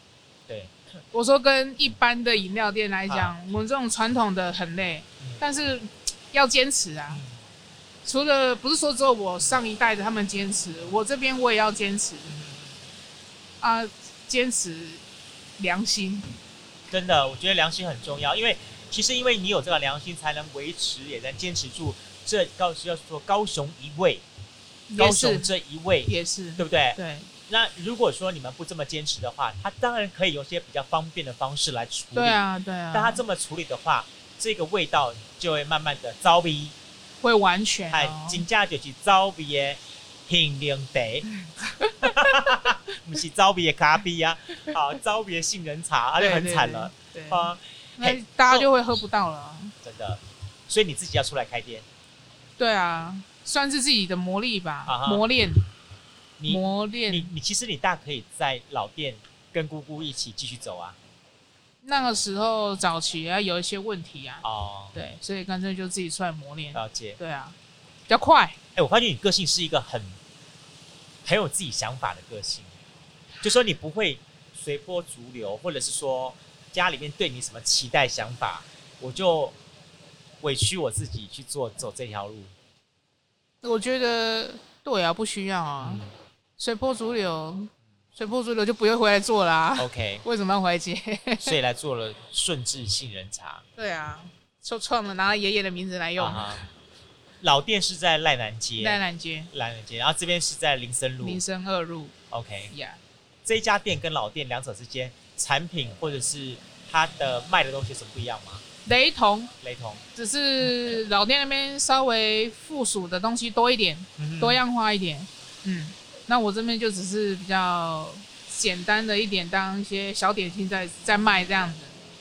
Speaker 2: 对，
Speaker 1: 我说跟一般的饮料店来讲，我们这种传统的很累
Speaker 2: 啊嗯，
Speaker 1: 但是要坚持啊
Speaker 2: 嗯。
Speaker 1: 除了不是说只有我上一代的他们坚持，我这边我也要坚持
Speaker 2: 嗯
Speaker 1: 啊，坚持良心。
Speaker 2: 真的，我觉得良心很重要，因为其实因为你有这个良心，才能维持，也能坚持住这高要说高雄一位，
Speaker 1: 也
Speaker 2: 高雄
Speaker 1: 是
Speaker 2: 这一位，
Speaker 1: 也是，
Speaker 2: 对不对？
Speaker 1: 对
Speaker 2: 那如果说你们不这么坚持的话，他当然可以用一些比较方便的方式来处理。
Speaker 1: 对。啊对啊，
Speaker 2: 但他这么处理的话，这个味道就会慢慢的糟逼，
Speaker 1: 会完全
Speaker 2: 哎、
Speaker 1: 哦
Speaker 2: 真正就是糟逼的品灵茶， 不是糟逼的咖啡啊，啊，糟逼的杏仁茶，啊，就
Speaker 1: 对
Speaker 2: 很惨了。
Speaker 1: 对，对
Speaker 2: 啊，
Speaker 1: 那
Speaker 2: 嘿
Speaker 1: 大家就会喝不到了啊。
Speaker 2: 真的。所以你自己要出来开店，
Speaker 1: 对啊，算是自己的磨砺吧
Speaker 2: 啊哈，
Speaker 1: 磨练
Speaker 2: 你
Speaker 1: 磨
Speaker 2: 你
Speaker 1: 练。
Speaker 2: 你其实你大可以在老店跟姑姑一起继续走啊。
Speaker 1: 那个时候早期啊，有一些问题啊，
Speaker 2: 哦，
Speaker 1: 对，所以干脆就自己出来磨练。
Speaker 2: 了解。
Speaker 1: 对啊，比较快。
Speaker 2: 哎、我发现你个性是一个很很有自己想法的个性，就说你不会随波逐流，或者是说家里面对你什么期待想法，我就委屈我自己去做走这条路。
Speaker 1: 我觉得对啊，不需要啊
Speaker 2: 嗯，
Speaker 1: 随波逐流，随波逐流就不会回来做啦。
Speaker 2: ，OK，
Speaker 1: 为什么要回来接？
Speaker 2: 所以来做了顺治杏仁茶。
Speaker 1: 对啊，就创了拿爷爷的名字来用，
Speaker 2: 啊哈老店是在赖南街，
Speaker 1: 在南街
Speaker 2: 赖南街，然后这边是在林森路
Speaker 1: 民。生二路
Speaker 2: OK，
Speaker 1: 呀。
Speaker 2: 这一家店跟老店两者之间，产品或者是它的卖的东西有什么不一样吗？
Speaker 1: 雷同，
Speaker 2: 雷同，
Speaker 1: 只是老店那边稍微附属的东西多一点，
Speaker 2: 嗯
Speaker 1: 多样化一点。嗯，那我这边就只是比较简单的一点，当一些小点心在在卖这样子。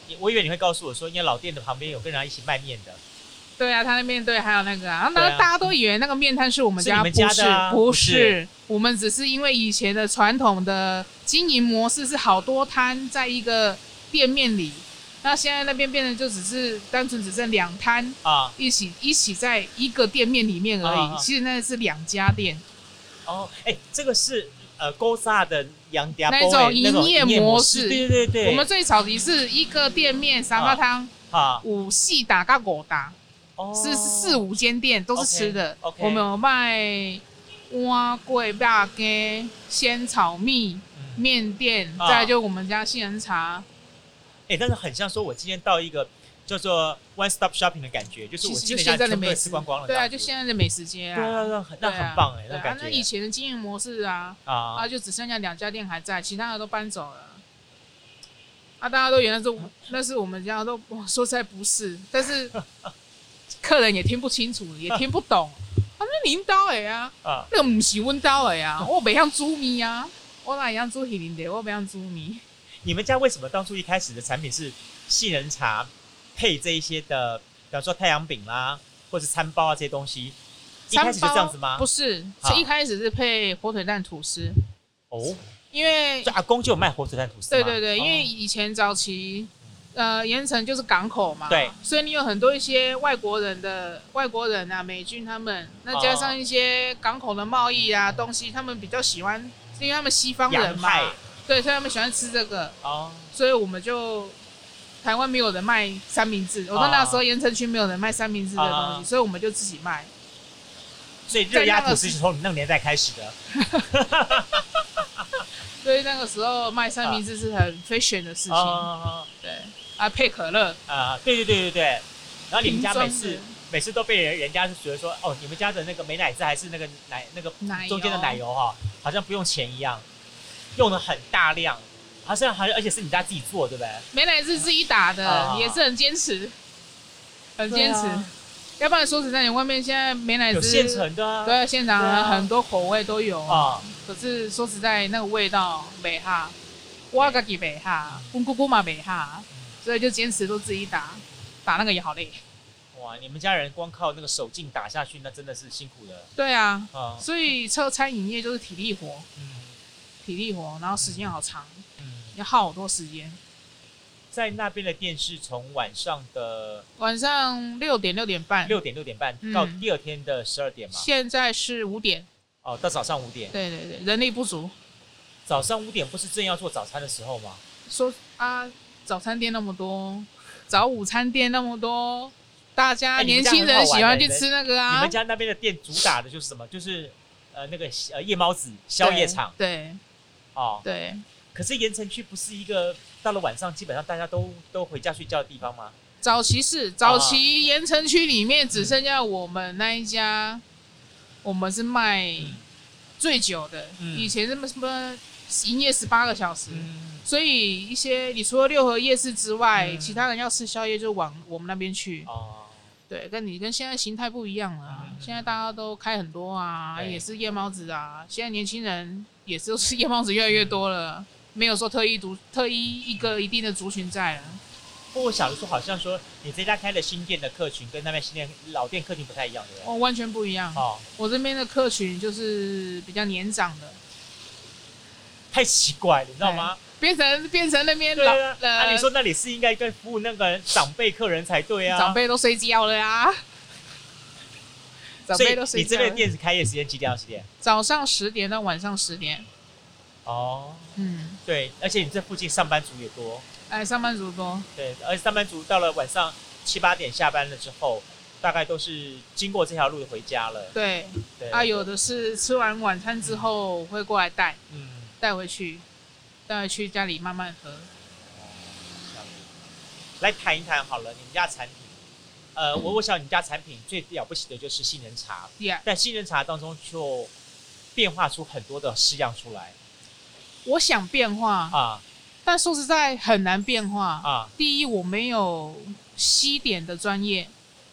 Speaker 2: 你我以为你会告诉我说，因为老店的旁边有跟人家一起卖面的，
Speaker 1: 对啊，他那面对还有那个啊，然
Speaker 2: 对
Speaker 1: 后
Speaker 2: 啊
Speaker 1: 大家都以为那个面摊是我们
Speaker 2: 是你
Speaker 1: 家，
Speaker 2: 们家的啊
Speaker 1: 不
Speaker 2: 不
Speaker 1: 是，
Speaker 2: 是
Speaker 1: 不是，我们只是因为以前的传统的经营模式是好多摊在一个店面里，那现在那边变成就只是单纯只剩两摊
Speaker 2: 啊，
Speaker 1: 一起一起在一个店面里面而已，
Speaker 2: 啊啊
Speaker 1: 其实那是两家店，
Speaker 2: 哦，哎、这个是呃勾萨的羊嗲
Speaker 1: 那种营业模式
Speaker 2: 对对对，
Speaker 1: 我们最早也是一个店面三
Speaker 2: 啊
Speaker 1: 八汤
Speaker 2: 啊，
Speaker 1: 五系打嘎果打。
Speaker 2: 哦
Speaker 1: 是四五间店都是吃的。
Speaker 2: OK，OK
Speaker 1: 我们有卖蛙桂大根、鲜炒蜜、
Speaker 2: 嗯
Speaker 1: 面店，
Speaker 2: 啊
Speaker 1: 再来就我们家杏仁茶，
Speaker 2: 哎、但是很像说我今天到一个叫做 one stop shopping 的感觉，就是我
Speaker 1: 其实
Speaker 2: 基
Speaker 1: 就
Speaker 2: 本上
Speaker 1: 现在的
Speaker 2: 全部
Speaker 1: 美
Speaker 2: 都
Speaker 1: 食
Speaker 2: 吃光光了这
Speaker 1: 对啊，
Speaker 2: 样
Speaker 1: 就
Speaker 2: 子。
Speaker 1: 现在的美食街
Speaker 2: 对啊，
Speaker 1: 啊，
Speaker 2: 那很那
Speaker 1: 对啊
Speaker 2: 很棒哎、
Speaker 1: 对
Speaker 2: 那
Speaker 1: 啊
Speaker 2: 感，觉
Speaker 1: 那以前的经营模式啊，
Speaker 2: 啊
Speaker 1: 啊，就只剩下两家店还在，其他的都搬走了。啊，大家都原来是那是我们家都我说实在不是，但 是客人也听不清楚，也听不懂。他说您刀的啊，
Speaker 2: 啊，
Speaker 1: 那个不是阮刀的啊，我袂像煮面啊，我哪会像煮鱼鳞的，我袂像煮面。
Speaker 2: 你们家为什么当初一开始的产品是杏仁茶配这一些的，比方说太阳饼啦，或者餐包啊这些东西，一开始就这样子吗？
Speaker 1: 不是，
Speaker 2: 好
Speaker 1: 是一开始是配火腿蛋吐司，
Speaker 2: 哦，
Speaker 1: 因为
Speaker 2: 所以阿公就有卖火腿蛋吐司
Speaker 1: 对
Speaker 2: 吗。
Speaker 1: 对对，
Speaker 2: 哦
Speaker 1: 因为以前早期，呃，盐城就是港口嘛，
Speaker 2: 对，
Speaker 1: 所以你有很多一些外国人的外国人啊，美军他们，那加上一些港口的贸易啊东西，他们比较喜欢，因为他们西方人
Speaker 2: 嗯洋
Speaker 1: 嘛
Speaker 2: 派，
Speaker 1: 对，所以他们喜欢吃这个，
Speaker 2: 哦，
Speaker 1: 所以我们就台湾没有人卖三明治，我说
Speaker 2: 啊
Speaker 1: 那时候盐城区没有人卖三明治的东
Speaker 2: 啊
Speaker 1: 西，所以我们就自己卖。
Speaker 2: 所以热压吐司是从你那个年代开始的。
Speaker 1: 所以那个时候卖三明治是很
Speaker 2: 啊
Speaker 1: fashion 的事情，
Speaker 2: 哦
Speaker 1: 对啊，配可乐，
Speaker 2: 啊，对对对对对。然后你们家
Speaker 1: 瓶装
Speaker 2: 每
Speaker 1: 的
Speaker 2: 次每次都被人人家是觉得说，哦，你们家的那个美乃滋还是那个奶那个
Speaker 1: 奶油
Speaker 2: 中间的奶油哈，好像不用钱一样，用的很大量，好像好像而且是你家自己做，对不对？
Speaker 1: 美乃滋自己打的，
Speaker 2: 啊
Speaker 1: 也是很坚持，很坚持。
Speaker 2: 对啊
Speaker 1: 要不然说实在，你外面现在美乃
Speaker 2: 有
Speaker 1: 滋
Speaker 2: 现成的啊。
Speaker 1: 对现
Speaker 2: 对
Speaker 1: 场
Speaker 2: 啊
Speaker 1: 很多口味都有，
Speaker 2: 啊，
Speaker 1: 可是说实在，那个味道没哈，我自己没哈，我姑姑嘛没哈，所以就坚持都自己打，打那个也好累。
Speaker 2: 哇，你们家人光靠那个手劲打下去，那真的是辛苦的
Speaker 1: 对啊，
Speaker 2: 啊。
Speaker 1: 所以车餐饮业就是体力活，
Speaker 2: 嗯
Speaker 1: 体力活，然后时间好长，
Speaker 2: 嗯，
Speaker 1: 要耗好多时间。
Speaker 2: 在那边的店是从晚上的
Speaker 1: 晚上六点六点半，
Speaker 2: 六点六点半
Speaker 1: 嗯
Speaker 2: 到第二天的十二点嘛，
Speaker 1: 现在是五点。
Speaker 2: 哦，到早上五点。
Speaker 1: 对对对，人力不足。
Speaker 2: 早上五点不是正要做早餐的时候吗？
Speaker 1: 说啊，早餐店那么多，早午餐店那么多，大家
Speaker 2: 哎你
Speaker 1: 年
Speaker 2: 们家
Speaker 1: 轻人
Speaker 2: 很好玩
Speaker 1: 喜欢
Speaker 2: 的
Speaker 1: 去吃那个
Speaker 2: 你
Speaker 1: 啊
Speaker 2: 们，家那边的店主打的就是什么？就是呃那个呃夜猫子宵夜场
Speaker 1: 对
Speaker 2: 哦。
Speaker 1: 对，
Speaker 2: 可是盐城区不是一个到了晚上基本上大家都都回家睡觉的地方吗？
Speaker 1: 早期是早期盐城区里面只剩下我们那一家，我们是卖
Speaker 2: 嗯
Speaker 1: 醉酒的，
Speaker 2: 嗯
Speaker 1: 以前什么什么营业十八个小时。
Speaker 2: 嗯，
Speaker 1: 所以一些你除了六合夜市之外，
Speaker 2: 嗯
Speaker 1: 其他人要吃宵夜就往我们那边去。
Speaker 2: 哦，
Speaker 1: 对，跟你跟现在形态不一样了啊、
Speaker 2: 嗯嗯嗯
Speaker 1: 现在大家都开很多啊，
Speaker 2: 对
Speaker 1: 也是夜猫子啊。现在年轻人也是都是夜猫子越来越多
Speaker 2: 嗯
Speaker 1: 了，没有说特意独特意一个一定的族群在了。
Speaker 2: 不过我想的说，好像说你这家开的新店的客群跟那边新店老店客群不太一样，对不对？
Speaker 1: 哦，完全不一样。
Speaker 2: 哦，
Speaker 1: 我这边的客群就是比较年长的，
Speaker 2: 太奇怪了，你知道吗？
Speaker 1: 变成变成那边
Speaker 2: 对
Speaker 1: 老
Speaker 2: 啊，
Speaker 1: 呃、
Speaker 2: 按理说那里是应该跟服务那个长辈客人才对啊。
Speaker 1: 长辈都睡觉了 呀、长
Speaker 2: 所
Speaker 1: 辈
Speaker 2: 以
Speaker 1: 都
Speaker 2: 你
Speaker 1: 睡
Speaker 2: 这
Speaker 1: 觉
Speaker 2: 边的
Speaker 1: 了。
Speaker 2: 店是开业时间几点到几点？
Speaker 1: 早上十点到晚上十点，
Speaker 2: 哦，
Speaker 1: 嗯，
Speaker 2: 对，而且你这附近上班族也多，
Speaker 1: 哎，上班族多，
Speaker 2: 对，而且上班族到了晚上七八点下班了之后，大概都是经过这条路回家了。
Speaker 1: 对，
Speaker 2: 对
Speaker 1: 啊，有，的是吃完晚餐之后会过来带
Speaker 2: 嗯，
Speaker 1: 带回去，带回去家里慢慢喝。
Speaker 2: 这样子来谈一谈好了，你们家产品，
Speaker 1: 嗯
Speaker 2: 呃，我我想你们家产品最了不起的就是杏仁茶，
Speaker 1: Yeah，
Speaker 2: 但杏仁茶当中就变化出很多的式样出来
Speaker 1: 我想变化，
Speaker 2: 啊
Speaker 1: 但说实在很难变化。
Speaker 2: 啊
Speaker 1: 第一，我没有西点的专业，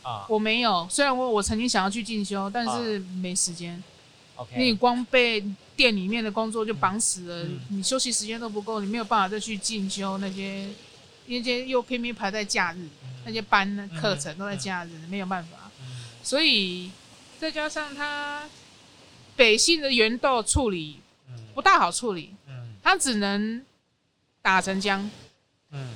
Speaker 2: 啊
Speaker 1: 我没有。虽然我我曾经想要去进修，但是没时间。你
Speaker 2: ，OK，
Speaker 1: 光被店里面的工作就绑死了，
Speaker 2: 嗯
Speaker 1: 你休息时间都不够，你没有办法再去进修那些，那些又偏偏排在假日，那些班呢课程都在假日，没有办法。
Speaker 2: 嗯
Speaker 1: 所以再加上它北杏的原豆处理
Speaker 2: 嗯
Speaker 1: 不大好处理，
Speaker 2: 嗯
Speaker 1: 它只能打成浆，
Speaker 2: 嗯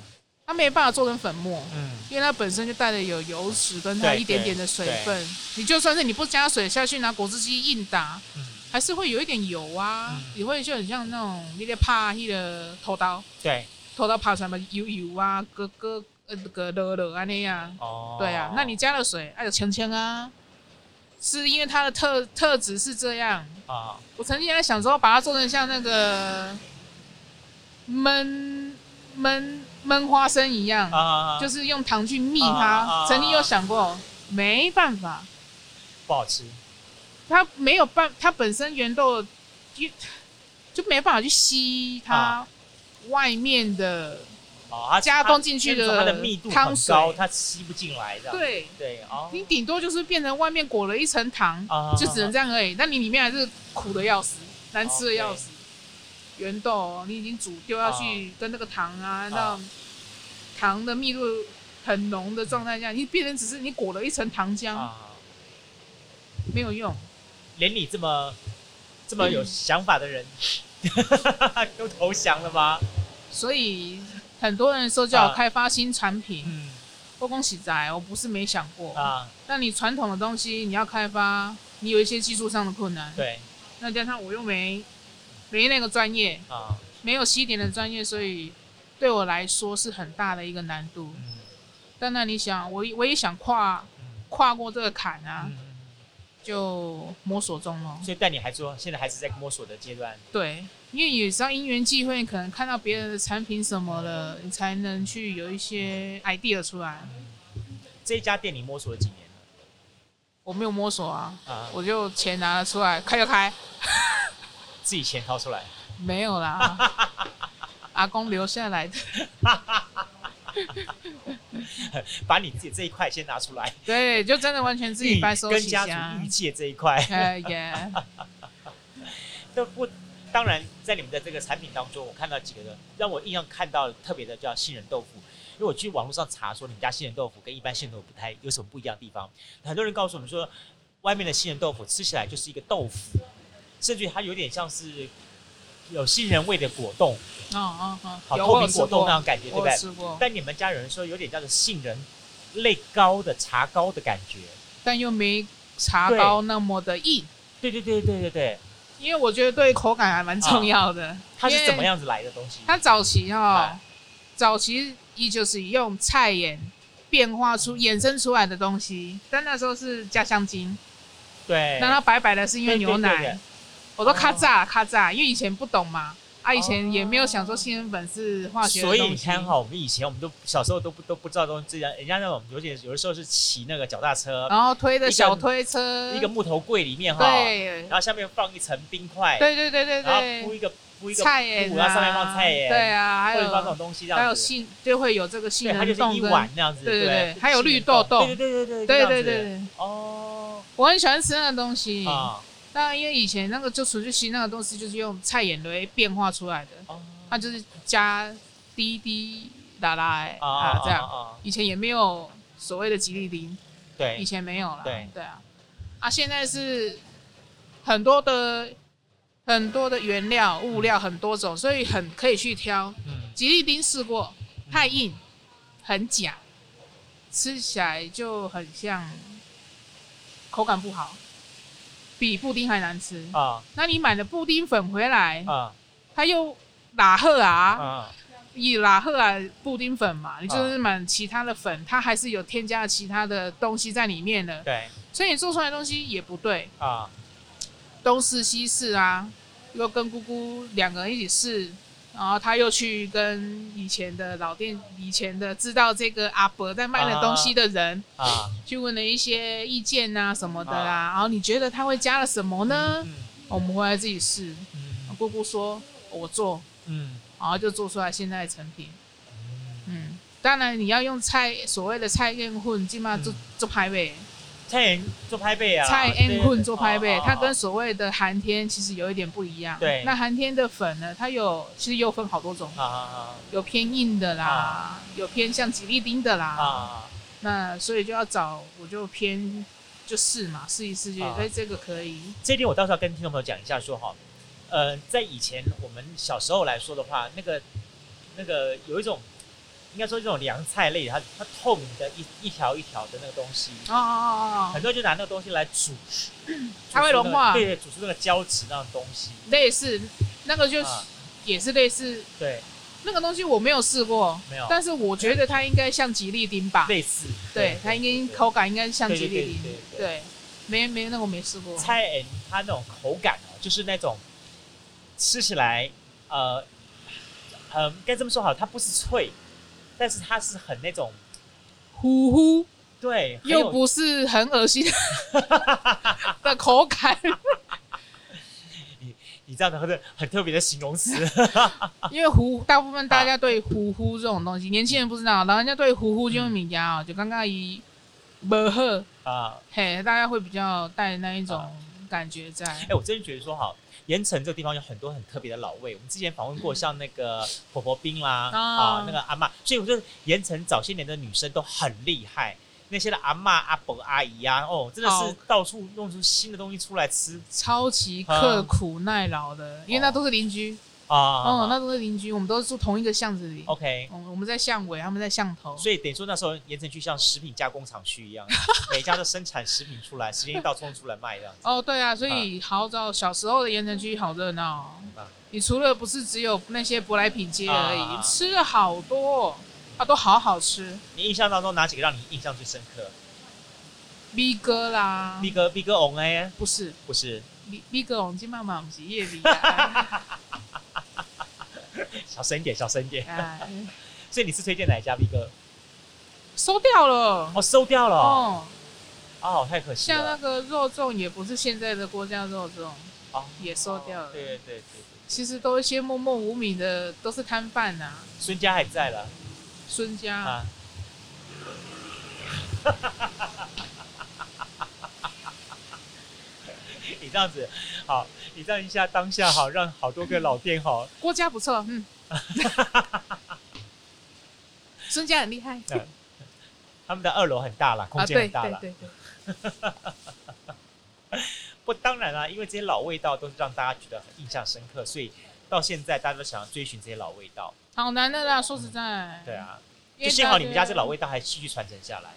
Speaker 1: 它没办法做成粉末，
Speaker 2: 嗯，
Speaker 1: 因为它本身就带着有油脂跟它
Speaker 2: 对
Speaker 1: 一点点的水分。你就算是你不加水下去拿果汁机硬打，
Speaker 2: 嗯
Speaker 1: 还是会有一点油啊
Speaker 2: 嗯，
Speaker 1: 你会就很像那种你得怕那个头刀，
Speaker 2: 对，
Speaker 1: 头刀爬出来嘛油油啊，咯咯呃咯咯咯安那样。
Speaker 2: 哦，
Speaker 1: 对啊，那你加了水，还有芊芊啊，是因为它的特特质是这样。
Speaker 2: 啊
Speaker 1: 我曾经在想说，把它做成像那个焖焖焖花生一样，
Speaker 2: 啊，
Speaker 1: 就是是用糖去蜜
Speaker 2: 啊啊啊
Speaker 1: 它。
Speaker 2: 啊
Speaker 1: 曾经有想过，没办法，
Speaker 2: 不好吃。
Speaker 1: 它没有办，它本身原豆就就没办法去吸它
Speaker 2: 啊
Speaker 1: 外面的。
Speaker 2: 哦，它
Speaker 1: 加工进去
Speaker 2: 它
Speaker 1: 的
Speaker 2: 它的密度很
Speaker 1: 汤水
Speaker 2: 高，它吸不进来的。
Speaker 1: 对，
Speaker 2: 对哦，
Speaker 1: 你顶多就是变成外面裹了一层糖，
Speaker 2: 啊
Speaker 1: 就只能这样而已。但你里面还是苦的要死，难吃的要死。原豆哦你已经煮丢下去，跟那个糖啊，那种糖的密度很浓的状态下，你变成只是你裹了一层糖浆，
Speaker 2: 啊，
Speaker 1: 没有用。
Speaker 2: 连你这么这么有想法的人，都投降了吗？
Speaker 1: 所以很多人说叫我开发新产品，
Speaker 2: 嗯
Speaker 1: 我恭喜仔，我不是没想过。
Speaker 2: 啊，
Speaker 1: 但你传统的东西你要开发，你有一些技术上的困难，
Speaker 2: 对
Speaker 1: 那加上我又没没那个专业，
Speaker 2: 啊，
Speaker 1: 没有西点的专业，所以对我来说是很大的一个难度。
Speaker 2: 嗯
Speaker 1: 但那你想，我我也想跨
Speaker 2: 嗯
Speaker 1: 跨过这个坎啊，
Speaker 2: 嗯嗯
Speaker 1: 就摸索中咯。
Speaker 2: 所以但你还说现在还是在摸索的阶段，
Speaker 1: 对，因为也是要因缘际会，可能看到别人的产品什么了，你才能去有一些 idea 出来。
Speaker 2: 这一家店你摸索了几年了
Speaker 1: 我没有摸索啊，
Speaker 2: 啊？
Speaker 1: 我就钱拿了出来，开就开，
Speaker 2: 自己钱掏出来，
Speaker 1: 没有 啦，阿公留下来的。
Speaker 2: 把你自己这一块先拿出来，
Speaker 1: 对，就真的完全自己白手
Speaker 2: 跟
Speaker 1: 起
Speaker 2: 家
Speaker 1: 家
Speaker 2: 族预。借这一块，
Speaker 1: 哎耶，
Speaker 2: 都不，当然，在你们的这个产品当中，我看到几个的让我印象看到特别的叫杏仁豆腐。因为我去网络上查说，你们家杏仁豆腐跟一般杏仁豆腐不太有什么不一样的地方。很多人告诉我们说，外面的杏仁豆腐吃起来就是一个豆腐，甚至于它有点像是有杏仁味的果冻，
Speaker 1: 哦哦哦，
Speaker 2: 好
Speaker 1: 有
Speaker 2: 透
Speaker 1: 我有
Speaker 2: 明
Speaker 1: 吃
Speaker 2: 果冻那
Speaker 1: 过，
Speaker 2: 种感觉，对不
Speaker 1: 我有
Speaker 2: 对？
Speaker 1: 吃过，
Speaker 2: 但你们家有人说有点叫做杏仁类糕的茶糕的感觉。
Speaker 1: 但又没茶包那么的硬，
Speaker 2: 对对对对对对，
Speaker 1: 因为我觉得对口感还蛮重要的。
Speaker 2: 啊它是怎么
Speaker 1: 因为
Speaker 2: 样子来的东西？
Speaker 1: 它早期
Speaker 2: 哎
Speaker 1: 哈，早期依旧是用菜盐变化
Speaker 2: 嗯
Speaker 1: 出衍生出来的东西，但那时候是加香精，
Speaker 2: 对，
Speaker 1: 让它白白的是因为牛
Speaker 2: 哎对对对
Speaker 1: 奶
Speaker 2: 对。哦
Speaker 1: 我都咔嚓咔嚓，因为以前不懂嘛，啊，以前也没有想说杏仁粉是化学的
Speaker 2: 哦所
Speaker 1: 东西。
Speaker 2: 以你看哈，我们以前我们都小时候都不都不知道东西，人家那种有点有的时候是骑那个脚踏车，
Speaker 1: 然后推
Speaker 2: 一
Speaker 1: 的
Speaker 2: 个
Speaker 1: 小推车，
Speaker 2: 一个木头柜里面哈，
Speaker 1: 对
Speaker 2: 然后下面放一层冰块，
Speaker 1: 对对对对
Speaker 2: 然后铺
Speaker 1: 对，
Speaker 2: 一个铺一个
Speaker 1: 菜盐
Speaker 2: 布，
Speaker 1: 啊，
Speaker 2: 然后上面放菜盐，
Speaker 1: 对啊，还
Speaker 2: 或者
Speaker 1: 有
Speaker 2: 放这种东西这
Speaker 1: 还
Speaker 2: 样
Speaker 1: 有
Speaker 2: 子，
Speaker 1: 杏就会有这个杏
Speaker 2: 对，它就
Speaker 1: 仁
Speaker 2: 是
Speaker 1: 冻
Speaker 2: 一
Speaker 1: 跟
Speaker 2: 碗那样子，
Speaker 1: 对
Speaker 2: 对
Speaker 1: 对
Speaker 2: 对
Speaker 1: 对，还有绿豆冻
Speaker 2: 对
Speaker 1: 对
Speaker 2: 对对对
Speaker 1: 对对
Speaker 2: 对这样子，
Speaker 1: 对，嗯
Speaker 2: 哦
Speaker 1: 我很喜欢吃那个东西。
Speaker 2: 啊
Speaker 1: 那因为以前那个就除去西那个东西就是用菜眼蕊变化出来的，
Speaker 2: 哦
Speaker 1: 它就是加滴滴答答哎啊这样。
Speaker 2: 啊，
Speaker 1: 以前也没有所谓的吉利丁，以
Speaker 2: 对
Speaker 1: 前没有啦。
Speaker 2: 对
Speaker 1: 对啊，啊现在是很多的很多的原料物料很多种，所以很可以去挑。
Speaker 2: 嗯
Speaker 1: 吉利丁试过，太硬，很假，吃起来就很像，口感不好，比布丁还难吃。
Speaker 2: 啊
Speaker 1: 那你买的布丁粉回来，
Speaker 2: 啊
Speaker 1: 它又拉赫啊，
Speaker 2: 啊
Speaker 1: 以拉赫啊布丁粉嘛，你就是买其他的粉，它还是有添加其他的东西在里面的，
Speaker 2: 对
Speaker 1: 所以你做出来的东西也不对，
Speaker 2: 啊
Speaker 1: 东试西试啊，又跟姑姑两个人一起试，然后他又去跟以前的老店、以前的知道这个阿伯在卖的东西的人、
Speaker 2: 啊
Speaker 1: 去问了一些意见啊什么的啦、然后你觉得他会加了什么呢？哦
Speaker 2: 嗯
Speaker 1: 我们回来自己试。
Speaker 2: 嗯
Speaker 1: 姑姑说哦我做，
Speaker 2: 嗯
Speaker 1: 然后就做出来现在的成品。
Speaker 2: 嗯。
Speaker 1: 嗯，当然你要用菜所谓的菜宴混，起码做
Speaker 2: 嗯
Speaker 1: 做排位。
Speaker 2: 蔡妍做拍背啊，
Speaker 1: 菜 N 混做拍
Speaker 2: 背，
Speaker 1: 背
Speaker 2: 哦，
Speaker 1: 它跟所谓的寒天其实有一点不一样。
Speaker 2: 对
Speaker 1: 那寒天的粉呢，它有其实又分好多种，
Speaker 2: 啊啊
Speaker 1: 有偏硬的啦
Speaker 2: 啊，
Speaker 1: 有偏像吉利丁的
Speaker 2: 啊
Speaker 1: 啦。
Speaker 2: 啊
Speaker 1: 那所以就要找，我就偏就试嘛，试一试就觉
Speaker 2: 啊
Speaker 1: 得哎这个可以。
Speaker 2: 这一点我倒是要跟听众朋友讲一下说哈，呃，在以前我们小时候来说的话，那个那个有一种，应该说这种凉菜类的，它它透明的一一条一条的那个东西，
Speaker 1: 哦哦哦
Speaker 2: 很
Speaker 1: 哦，
Speaker 2: 多人就拿那个东西来煮，
Speaker 1: 它会融化
Speaker 2: 煮出那个对对，煮出那个胶质那种东西，
Speaker 1: 类似那个就是
Speaker 2: 啊
Speaker 1: 也是类似
Speaker 2: 对，
Speaker 1: 那个东西，我没有试过，
Speaker 2: 没有
Speaker 1: 但是我觉得它应该像吉利丁吧。
Speaker 2: 类似，
Speaker 1: 对，它应该口感应该像吉
Speaker 2: 对对
Speaker 1: 利
Speaker 2: 对对对
Speaker 1: 丁。对，没没那个我没试过。
Speaker 2: 菜园它那种口感哦，就是那种吃起来呃很该这么说好，它不是脆，但是它是很那种
Speaker 1: 呼呼，
Speaker 2: 对，很有
Speaker 1: 又不是很恶心 的口感，
Speaker 2: 你这样的很很特别的形容词，
Speaker 1: 因为糊大部分大家对糊糊这种东西，年轻人不知道，老人家对糊糊就用米家哦，就刚刚以不喝，
Speaker 2: 啊。
Speaker 1: 嘿，大家会比较带那一
Speaker 2: 啊
Speaker 1: 种感觉在
Speaker 2: 哎、。我真的觉得说好，盐城这个地方有很多很特别的老味。我们之前访问过，像那个婆婆冰啦，啊、
Speaker 1: 啊
Speaker 2: 那个阿嬷，所以我觉得盐城早些年的女生都很厉害。那些的阿嬷、阿伯、阿姨啊，哦，真的是
Speaker 1: 哦
Speaker 2: 到处弄出新的东西出来吃
Speaker 1: 超级刻苦耐劳的，因为那都是邻居，
Speaker 2: 啊。
Speaker 1: 哦，那都是邻居，我们都是住同一个巷子里，
Speaker 2: OK，
Speaker 1: 我我们在巷尾，他们在巷头，
Speaker 2: 所以等于说那时候盐城区像食品加工厂区一样， 每家都生产食品出来，时间一到冲出来卖这样子。
Speaker 1: 哦，对啊，所以好早小时候的盐城区好热闹哦、
Speaker 2: 啊
Speaker 1: 你除了不是只有那些舶来品街而已，
Speaker 2: 啊
Speaker 1: 吃了好多哦啊，都好好吃，
Speaker 2: 你印象当中哪几个让你印象最深刻？
Speaker 1: B 哥啦，
Speaker 2: 毕哥，毕哥翁哎，
Speaker 1: 不是
Speaker 2: 不是
Speaker 1: B B 哥，我们今晚嘛不是夜里啊，
Speaker 2: 小声一点，小声一点。
Speaker 1: 哎，
Speaker 2: 所以你是推荐哪一家毕哥？
Speaker 1: 收掉了
Speaker 2: 哦，收掉了哦，
Speaker 1: 哦，
Speaker 2: 哦太可惜
Speaker 1: 像那
Speaker 2: 了，
Speaker 1: 个肉粽也不是现在的锅酱肉粽，
Speaker 2: 哦
Speaker 1: 也收掉了
Speaker 2: 对对对对，
Speaker 1: 其实都一些默默无名的，都是摊贩呐、
Speaker 2: 孙家还在了
Speaker 1: 孙家、
Speaker 2: 啊， 你这样子好，你这样一下当下好，让好多个老店好，
Speaker 1: 郭家不错， 嗯，孙家很厉害
Speaker 2: 嗯他们的二楼很大啦，空
Speaker 1: 啊，
Speaker 2: 间
Speaker 1: 对
Speaker 2: 很大
Speaker 1: 对
Speaker 2: 啦。
Speaker 1: 对对，
Speaker 2: 不，当然啦，因为这些老味道都是让大家觉得很印象深刻，所以到现在大家都想要追寻这些老味道。
Speaker 1: 好难的啦，说实在，
Speaker 2: 嗯对，啊，
Speaker 1: 嗯因为
Speaker 2: 就幸好你们家
Speaker 1: 大
Speaker 2: 这老味道还继续传承下来。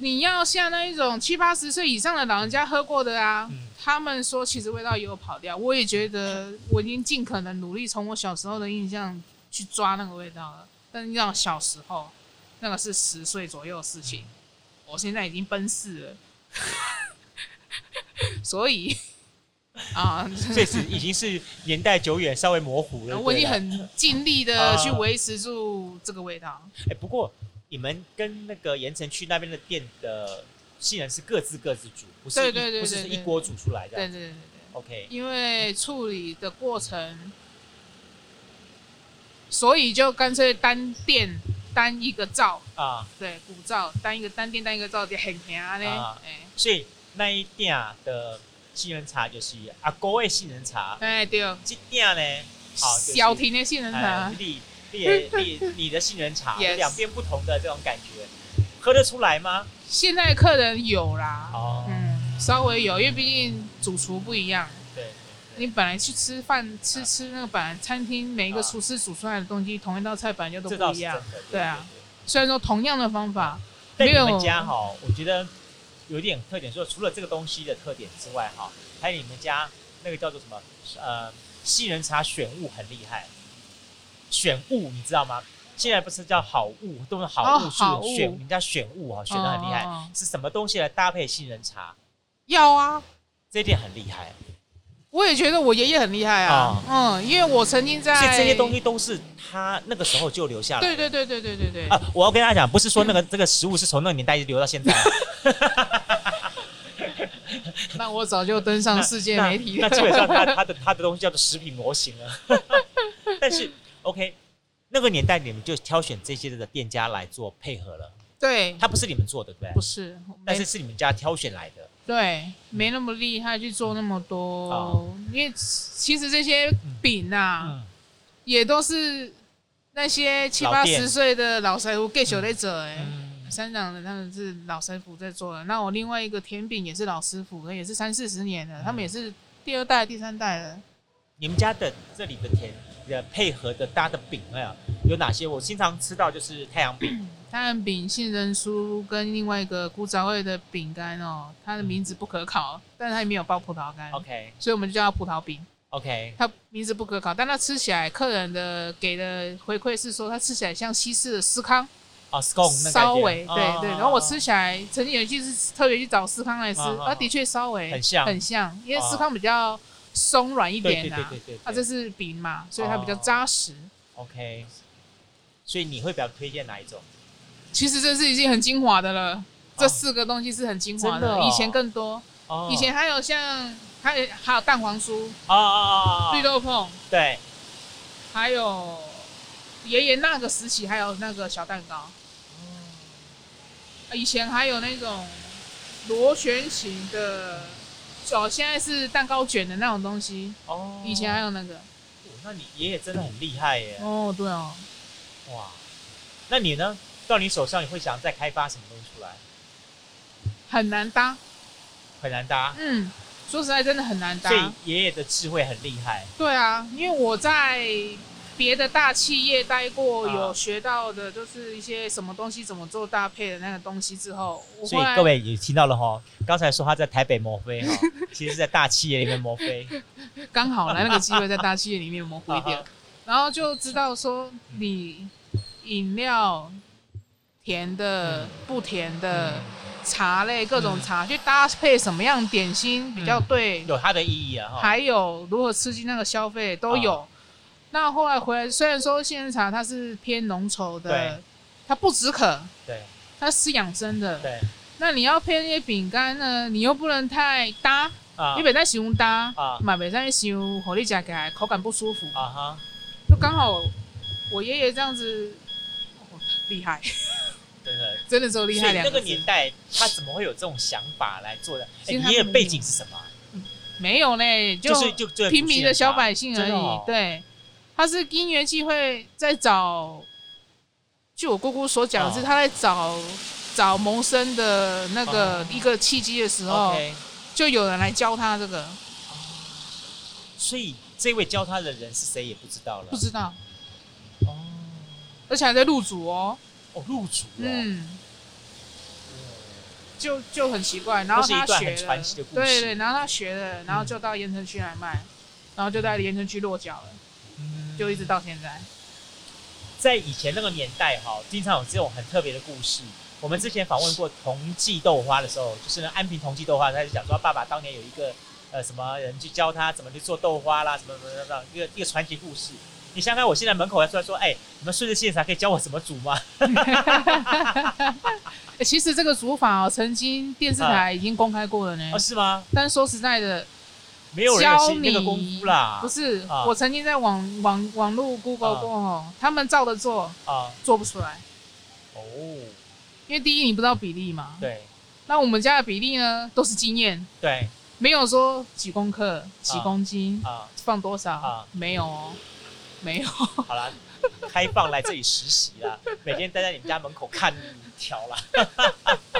Speaker 1: 你要像那一种七八十岁以上的老人家喝过的啊，
Speaker 2: 嗯
Speaker 1: 他们说其实味道也有跑掉，我也觉得我已经尽可能努力从我小时候的印象去抓那个味道了。但是你知道小时候那个是十岁左右的事情，
Speaker 2: 嗯
Speaker 1: 我现在已经奔四 了，所以 啊，
Speaker 2: 这嗯是已经是年代久远，稍微模糊了。
Speaker 1: 嗯我已
Speaker 2: 对
Speaker 1: 经
Speaker 2: 啦
Speaker 1: 很尽力
Speaker 2: 啊
Speaker 1: 的去维持住这个味道。
Speaker 2: 哎、不过你们跟那个盐城区那边的店的杏仁是各自各自煮，不是
Speaker 1: 对
Speaker 2: 一
Speaker 1: 对对
Speaker 2: 不是
Speaker 1: 对
Speaker 2: 是
Speaker 1: 对
Speaker 2: 一锅煮出来的。
Speaker 1: 对对对对对。
Speaker 2: OK，
Speaker 1: 因为处理的过程，所以就干脆单店单一个灶，
Speaker 2: 啊，
Speaker 1: 对，古灶单一个单店单一个灶就很平安呢。哎、
Speaker 2: 啊所以那一店的杏仁茶就是阿哥的杏仁茶，
Speaker 1: 哎、对，
Speaker 2: 这店呢，好、就是、
Speaker 1: 小婷的啊杏仁
Speaker 2: 哎
Speaker 1: 茶，
Speaker 2: 你你你你的杏仁茶，
Speaker 1: Yes
Speaker 2: 两边不同的这种感觉，喝得出来吗？
Speaker 1: 现在客人有啦，
Speaker 2: 哦
Speaker 1: 嗯，稍微有，因为毕竟主厨不一样。
Speaker 2: 对，
Speaker 1: 你本来去吃饭吃吃那个本来餐厅每一
Speaker 2: 啊
Speaker 1: 个厨师煮出来的东西，同一道菜本来就都
Speaker 2: 这倒
Speaker 1: 不
Speaker 2: 是
Speaker 1: 一
Speaker 2: 真
Speaker 1: 样
Speaker 2: 的。。
Speaker 1: 对啊虽然说同样的方法，
Speaker 2: 但
Speaker 1: 没
Speaker 2: 你
Speaker 1: 有
Speaker 2: 们家哈，我觉得有一点特点，说除了这个东西的特点之外哈，还有你们家那个叫做什么呃杏仁茶选物很厉害，选物你知道吗？现在不是叫好物，都是好物
Speaker 1: 哦好
Speaker 2: 是
Speaker 1: 物
Speaker 2: 选，人家选物哈，选的很厉害，
Speaker 1: 哦哦哦
Speaker 2: 是什么东西来搭配杏仁茶？
Speaker 1: 要啊，
Speaker 2: 这一点很厉害，
Speaker 1: 我也觉得我爷爷很厉害啊，嗯，因为我曾经在，
Speaker 2: 所以这些东西都是他那个时候就留下来的。
Speaker 1: 对对对对对对对，
Speaker 2: 啊，我要跟大家讲，不是说那个这个食物是从那个年代一直留到现在，啊
Speaker 1: 那我早就登上世界媒体
Speaker 2: 那
Speaker 1: 了。
Speaker 2: 基本上它它的它的东西叫做食品模型了。 但是 OK，那个年代你们就挑选这些的店家来做配合了，
Speaker 1: 对，
Speaker 2: 它不是你们做的，对不
Speaker 1: 不
Speaker 2: 对？
Speaker 1: 是，
Speaker 2: 但
Speaker 1: 没
Speaker 2: 是是你们家挑选来的，
Speaker 1: 对，没那么厉害去做那么多，
Speaker 2: 哦
Speaker 1: 因为其实这些饼啊，
Speaker 2: 嗯，
Speaker 1: 也都是那些七
Speaker 2: 老
Speaker 1: 八
Speaker 2: 店
Speaker 1: 十岁的老师傅给手在做哎、
Speaker 2: 嗯
Speaker 1: 三长的他们是老师傅在做的，那我另外一个甜饼也是老师傅，也是三四十年
Speaker 2: 嗯
Speaker 1: 了，他们也是第二代、第三代了。
Speaker 2: 你们家的这里的甜的配合的搭的饼啊，有哪些？我经常吃到就是太阳饼，
Speaker 1: 当然，饼、杏仁酥跟另外一个古早味的饼干哦，它的名字不可
Speaker 2: 嗯
Speaker 1: 考，但它里面有包葡萄干
Speaker 2: OK
Speaker 1: 所以我们就叫它葡萄饼。
Speaker 2: OK，
Speaker 1: 它名字不可考，但它吃起来，客人的给的回馈是说，它吃起来像西式的司康，
Speaker 2: 哦，scone 那个哦啊
Speaker 1: 稍微对对。然后我吃
Speaker 2: 吃
Speaker 1: 起来，曾经有一次是特别去找司康来吃，
Speaker 2: 哦哦
Speaker 1: 啊，的确稍微
Speaker 2: 很像
Speaker 1: 很像，因为
Speaker 2: 哦
Speaker 1: 司康比较松软一点
Speaker 2: 对对
Speaker 1: 啊
Speaker 2: 对对对对，
Speaker 1: 啊，这是饼嘛，所以它比较
Speaker 2: 哦
Speaker 1: 扎实。
Speaker 2: OK，所以你会比较推荐哪一种？
Speaker 1: 其实这是已经很精华的了，这
Speaker 2: 哦
Speaker 1: 四个东西是很精华
Speaker 2: 真的
Speaker 1: 的，
Speaker 2: 哦
Speaker 1: 以前更多，
Speaker 2: 哦
Speaker 1: 以前还有像还有还有蛋黄酥、
Speaker 2: 啊啊啊
Speaker 1: 绿
Speaker 2: 啊，
Speaker 1: 豆碰，
Speaker 2: 对，
Speaker 1: 还有爷爷那个时期还有那个小蛋糕，以前还有那种螺旋形的，哦，现在是蛋糕卷的那种东西，
Speaker 2: 哦，
Speaker 1: 以前还有那个，
Speaker 2: 哦，那你爷爷真的很厉害耶，
Speaker 1: 哦，对哦，
Speaker 2: 哇，那你呢？到你手上你会想再开发什么东西出来？
Speaker 1: 很难搭，
Speaker 2: 很难搭，
Speaker 1: 嗯，说实在真的很难搭
Speaker 2: 所，以爷爷的智慧很厉害。
Speaker 1: 对啊，因为我在别的大企业待过，
Speaker 2: 啊
Speaker 1: 有学到的就是一些什么东西怎么做搭配的那个东西之后，我
Speaker 2: 所
Speaker 1: 后来
Speaker 2: 以各位也听到了哈，刚才说他在台北摩 飞哈，其实是在大企业里面摩飞。
Speaker 1: 刚好来那个机会在大企业里面模糊一点
Speaker 2: 啊，
Speaker 1: 然后就知道说你饮料甜
Speaker 2: 嗯
Speaker 1: 的、不甜的、茶类各种茶去搭配什么样点心比
Speaker 2: 嗯
Speaker 1: 较对，
Speaker 2: 有它的意义啊哈。
Speaker 1: 还有如何刺激那个消费都
Speaker 2: 哦
Speaker 1: 有。那后来回来，虽然说杏仁茶它是偏浓稠
Speaker 2: 对
Speaker 1: 的，它不止渴，
Speaker 2: 对
Speaker 1: 它是养生的。
Speaker 2: 对
Speaker 1: 那你要配那些饼干呢，你又不能太搭，
Speaker 2: 啊
Speaker 1: 你袂使伤搭
Speaker 2: 啊，
Speaker 1: 嘛袂使伤，互你食起来口感不舒服。
Speaker 2: 啊哈，
Speaker 1: 就刚好我爷爷这样子，哦厉害，
Speaker 2: 真的。
Speaker 1: 真的只有厉害
Speaker 2: 所以
Speaker 1: 两
Speaker 2: 那
Speaker 1: 个
Speaker 2: 个
Speaker 1: 字
Speaker 2: 年。代，他怎么会有这种想法来做的？哎，
Speaker 1: 其实
Speaker 2: 你
Speaker 1: 他们
Speaker 2: 爷爷背景是什么啊？
Speaker 1: 没有呢，
Speaker 2: 就是就就
Speaker 1: 平民的小百姓而
Speaker 2: 真的
Speaker 1: 已
Speaker 2: 哦。
Speaker 1: 对，他是因缘际会在找，据我姑姑所讲，
Speaker 2: 哦
Speaker 1: 是他在找找谋生的那个
Speaker 2: 哦
Speaker 1: 一个契机的时候，
Speaker 2: OK，
Speaker 1: 就有人来教他这个，
Speaker 2: 所以这位教他的人是谁也不知道了。
Speaker 1: 不知道，
Speaker 2: 哦
Speaker 1: 而且还在入主哦。
Speaker 2: 哦，入主哦，
Speaker 1: 嗯，就就很奇怪。然
Speaker 2: 这
Speaker 1: 后
Speaker 2: 是一
Speaker 1: 他
Speaker 2: 段
Speaker 1: 学
Speaker 2: 很传
Speaker 1: 了
Speaker 2: 奇的，故事嗯
Speaker 1: 对对，然后他学了，然后就到盐城区来卖，然后就在盐城区落脚了，
Speaker 2: 嗯
Speaker 1: 就一直到现在。
Speaker 2: 在以前那个年代哈，经常有这种很特别的故事。我们之前访问过同济豆花的时候，就是那安平同济豆花，他就讲说他爸爸当年有一个呃什么人去教他怎么去做豆花啦，什么什么什么一个一个传奇故事。你想想看，我现在门口要出来说，哎、你们顺着线才可以教我怎么煮吗？
Speaker 1: 欸其实这个煮法哦，曾经电视台已经公开过了呢
Speaker 2: 啊哦，。是吗？
Speaker 1: 但说实在的，
Speaker 2: 没有人
Speaker 1: 嗯
Speaker 2: 有
Speaker 1: 教
Speaker 2: 心
Speaker 1: 你
Speaker 2: 那个功夫啦
Speaker 1: 不，是
Speaker 2: 啊
Speaker 1: 我曾经在网网网络 Google
Speaker 2: 啊
Speaker 1: 过哦，他们照着做，
Speaker 2: 啊，
Speaker 1: 做不出来，
Speaker 2: 哦，
Speaker 1: 因为第一你不知道比例嘛。
Speaker 2: 对
Speaker 1: 那我们家的比例呢，都是经验，
Speaker 2: 对
Speaker 1: 没有说几公克、几
Speaker 2: 啊
Speaker 1: 公斤、
Speaker 2: 啊，
Speaker 1: 放多少、
Speaker 2: 啊
Speaker 1: 没有哦，没 有。
Speaker 2: 好啦，开放来这里实习啦， 每天待在你们家门口看你挑啦。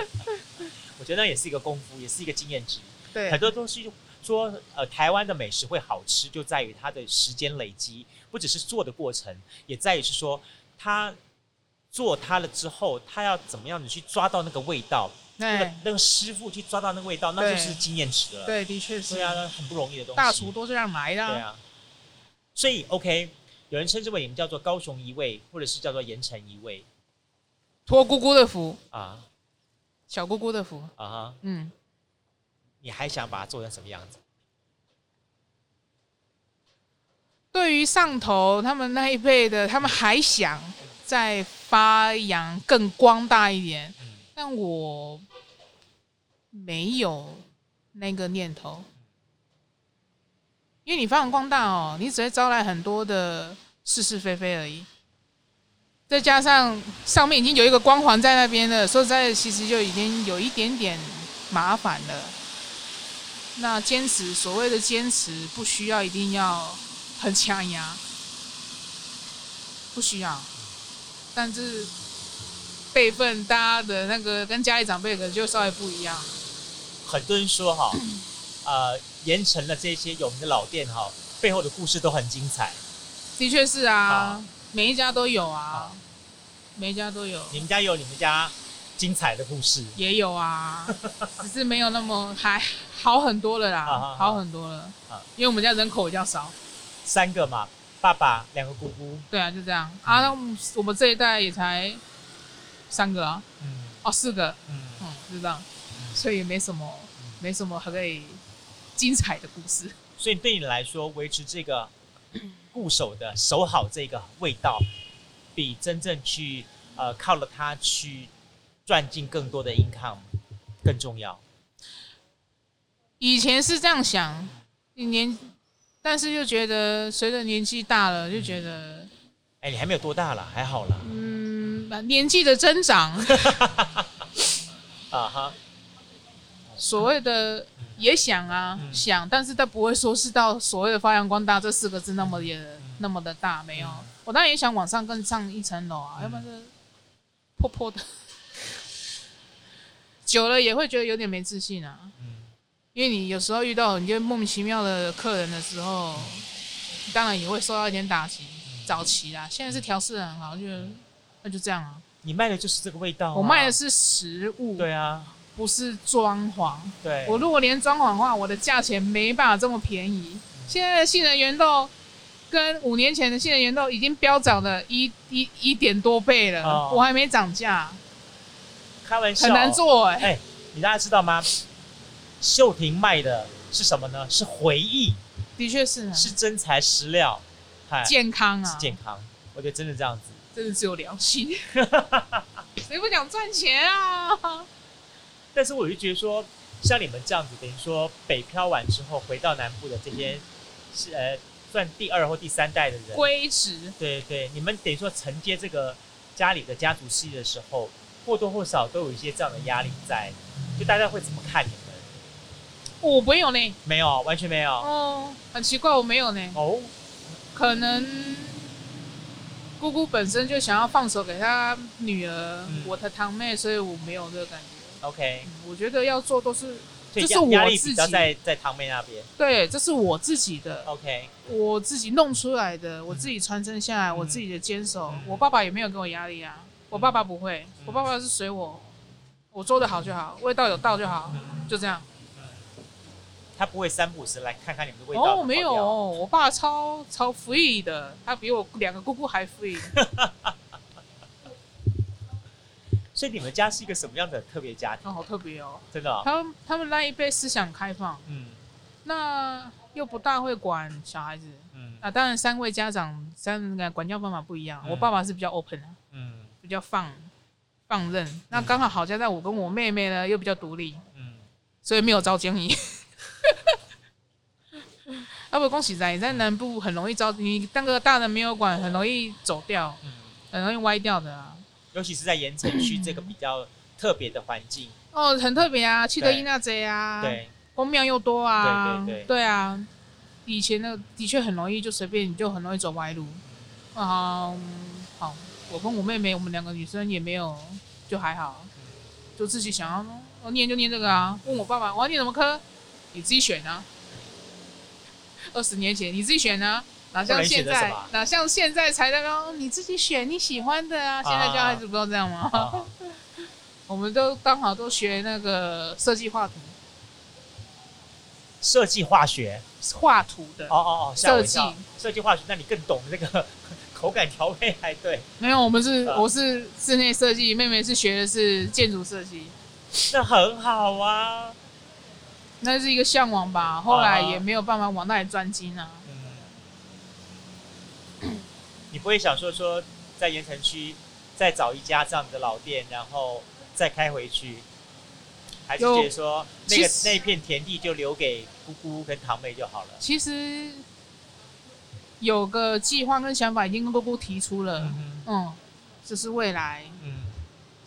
Speaker 2: 我觉得那也是一个功夫，也是一个经验值。
Speaker 1: 对
Speaker 2: 很多东西说，呃，台湾的美食会好吃，就在于它的时间累积，不只是做的过程，也在于是说它做它了之后，它要怎么样你去抓到那个味道，那个
Speaker 1: 对
Speaker 2: 那个师傅去抓到那个味道，那就是
Speaker 1: 对
Speaker 2: 经验值了。
Speaker 1: 对，的确是。
Speaker 2: 对啊，那很不容易的东西。
Speaker 1: 大厨都这样来的、
Speaker 2: 对啊，所以 OK，有人称之为你们叫做高雄一位，或者是叫做盐城一位
Speaker 1: 托姑姑的福，
Speaker 2: 啊
Speaker 1: 小姑姑的福，
Speaker 2: 啊哈，
Speaker 1: 嗯，
Speaker 2: 你还想把它做成什么样子？
Speaker 1: 对于上头他们那一辈的，他们还想再发扬更光大一点，
Speaker 2: 嗯
Speaker 1: 但我没有那个念头，因为你发扬光大哦，你只会招来很多的是是非非而已。再加上上面已经有一个光环在那边了，说实在的，其实就已经有一点点麻烦了。那坚持，所谓的坚持，不需要一定要很强压，不需要。但是辈分，大家的那个跟家里长辈可能就稍微不一样。
Speaker 2: 很多人说哈，呃，盐城的这些有名的老店哈，背后的故事都很精彩。
Speaker 1: 的确是啊
Speaker 2: 啊，
Speaker 1: 每一家都有啊
Speaker 2: 啊，
Speaker 1: 每一家都有，
Speaker 2: 你们家有你们家精彩的故事
Speaker 1: 也有 啊，只是没有那么还好很多了
Speaker 2: 好
Speaker 1: 啦
Speaker 2: 好，好
Speaker 1: 好很多了
Speaker 2: 啊。
Speaker 1: 因为我们家人口比较少，
Speaker 2: 三个嘛，爸爸两个姑姑，
Speaker 1: 对啊，就这样
Speaker 2: 嗯
Speaker 1: 啊。那我们我们这一代也才三个啊，
Speaker 2: 嗯
Speaker 1: 哦，四个，
Speaker 2: 嗯，
Speaker 1: 嗯，就这样，所以也没什么，没什么可以精彩的故事。
Speaker 2: 所以对你来说，维持这个固守的守好这个味道，比真正去呃靠了它去赚进更多的 income 更重要。
Speaker 1: 以前是这样想，你年，但是又觉得随着年纪大了，就觉得，
Speaker 2: 哎，你还没有多大啦，还好啦。
Speaker 1: 嗯，年纪的增长，嗯
Speaker 2: 啊哈，
Speaker 1: 所谓的也想啊、
Speaker 2: 嗯
Speaker 1: 想，但是他不会说是到所谓的发扬光大这四个字那么也、
Speaker 2: 嗯
Speaker 1: 那么的大，没有。我当然也想往上更上一层楼
Speaker 2: 嗯
Speaker 1: 啊，要不然这破破的， 久了也会觉得有点没自信啊。
Speaker 2: 嗯
Speaker 1: 因为你有时候遇到你就莫名其妙的客人的时候，
Speaker 2: 嗯
Speaker 1: 当然也会受到一点打击。早期啦，现在是调试得很好，就那就这样啊。
Speaker 2: 你卖的就是这个味嗯道、啊。
Speaker 1: 我卖的是实物，
Speaker 2: 对啊，
Speaker 1: 不是装潢。
Speaker 2: 对，
Speaker 1: 我如果连装潢的话，我的价钱没办法这么便宜。现在的杏仁圆豆跟五年前的杏仁圆豆已经飙涨了一一一点多倍了，
Speaker 2: 哦
Speaker 1: 我还没涨价，
Speaker 2: 开玩笑
Speaker 1: 很难。做 哎、
Speaker 2: 哎、你大家知道吗？秀婷卖的是什么呢？是回忆，
Speaker 1: 的确是、啊，
Speaker 2: 是真材实料，嗨，
Speaker 1: 健康啊
Speaker 2: 是，健康。我觉得真的这样子。
Speaker 1: 真的只有良 心。谁不想赚钱啊？
Speaker 2: 但是我就觉得说，像你们这样子，等于说北漂完之后回到南部的这些，是呃，算第二或第三代的人，
Speaker 1: 归职
Speaker 2: 对对，你们等于说承接这个家里的家族事业的时候，或多或少都有一些这样的压力在，就大家会怎么看你们？
Speaker 1: 我哦没有呢，
Speaker 2: 没有，完全没有。
Speaker 1: 哦，很奇怪，我没有呢，
Speaker 2: 哦，
Speaker 1: 可能。姑姑本身就想要放手给她女儿，
Speaker 2: 嗯
Speaker 1: 我的堂妹，所以我没有这个感觉。
Speaker 2: OK，
Speaker 1: 嗯我觉得要做都是
Speaker 2: 所
Speaker 1: 这
Speaker 2: 以压
Speaker 1: 是我
Speaker 2: 压力
Speaker 1: 自
Speaker 2: 比较
Speaker 1: 己
Speaker 2: 在在堂妹那边。
Speaker 1: 对，这是我自己的，
Speaker 2: OK，
Speaker 1: 我自己弄出来的，我
Speaker 2: 嗯
Speaker 1: 自己传承下来，我自己的坚守。我爸爸也没有给我压力啊，我爸爸不会，
Speaker 2: 嗯
Speaker 1: 我爸爸是随我，我做的好就好，味道有到就
Speaker 2: 嗯
Speaker 1: 好，就这样。
Speaker 2: 他不会三不五时来看看你们的味道好不
Speaker 1: 哦，
Speaker 2: 好。
Speaker 1: 没有，我爸超超 free 的，他比我两个姑姑还 free。
Speaker 2: 所以你们家是一个什么样的特别家庭？
Speaker 1: 那好特别 哦，
Speaker 2: 真的、哦，
Speaker 1: 他们他们那一辈思想开放，
Speaker 2: 嗯
Speaker 1: 那又不大会管小孩子。
Speaker 2: 嗯
Speaker 1: 啊，当然三位家长三个管教方法不一样，
Speaker 2: 嗯
Speaker 1: 我爸爸是比较 open 啊。
Speaker 2: 嗯
Speaker 1: 比较放放任。那刚好好家在我跟我妹妹呢又比较独立，
Speaker 2: 嗯，
Speaker 1: 所以没有招奸你。 啊不，恭喜仔，在南部很容易招，你当个大人没有管，很容易走掉，
Speaker 2: 嗯，
Speaker 1: 很容易歪掉的啊。
Speaker 2: 尤其是在盐城区这个比较特别的环境，
Speaker 1: 哦，很特别啊，去的伊那贼啊，，
Speaker 2: 对，
Speaker 1: 公庙又多啊，
Speaker 2: 对对对
Speaker 1: 啊，以前的的确很容易就随便，你就很容易走歪路。啊、好，我跟我妹妹，我们两个女生也没有，就还好，就自己想要哦念就念这个啊。问我爸爸我要念什么科，你自己选啊。二十年前你自己选啊，哪
Speaker 2: 不
Speaker 1: 像
Speaker 2: 能选
Speaker 1: 现
Speaker 2: 择什
Speaker 1: 在
Speaker 2: 么
Speaker 1: 哪像现在才在那边你自己选你喜欢的啊。现在教孩子不都这样吗？哦
Speaker 2: 啊，
Speaker 1: 我们都刚好都学那个设计画图，
Speaker 2: 设计化学，
Speaker 1: 画图的。
Speaker 2: 哦哦哦，吓我一跳
Speaker 1: 设计
Speaker 2: 设计化学，那你更懂这个口感调配，还 对。
Speaker 1: 没有，我们是、
Speaker 2: 啊
Speaker 1: 我是室内设计，妹妹是学的是建筑设计，
Speaker 2: 那很好啊。
Speaker 1: 那是一个向往吧。后来
Speaker 2: 啊
Speaker 1: 也没有办法往那里专精啊。
Speaker 2: 嗯， 你不会想说说在盐城区再找一家这样的老店，然后再开回去，还是
Speaker 1: 有
Speaker 2: 觉得说那
Speaker 1: 其
Speaker 2: 个
Speaker 1: 实
Speaker 2: 那片田地就留给姑姑跟堂妹就好了？
Speaker 1: 其实有个计划跟想法已经跟姑姑提出了，
Speaker 2: 嗯
Speaker 1: 嗯，就是未来
Speaker 2: 嗯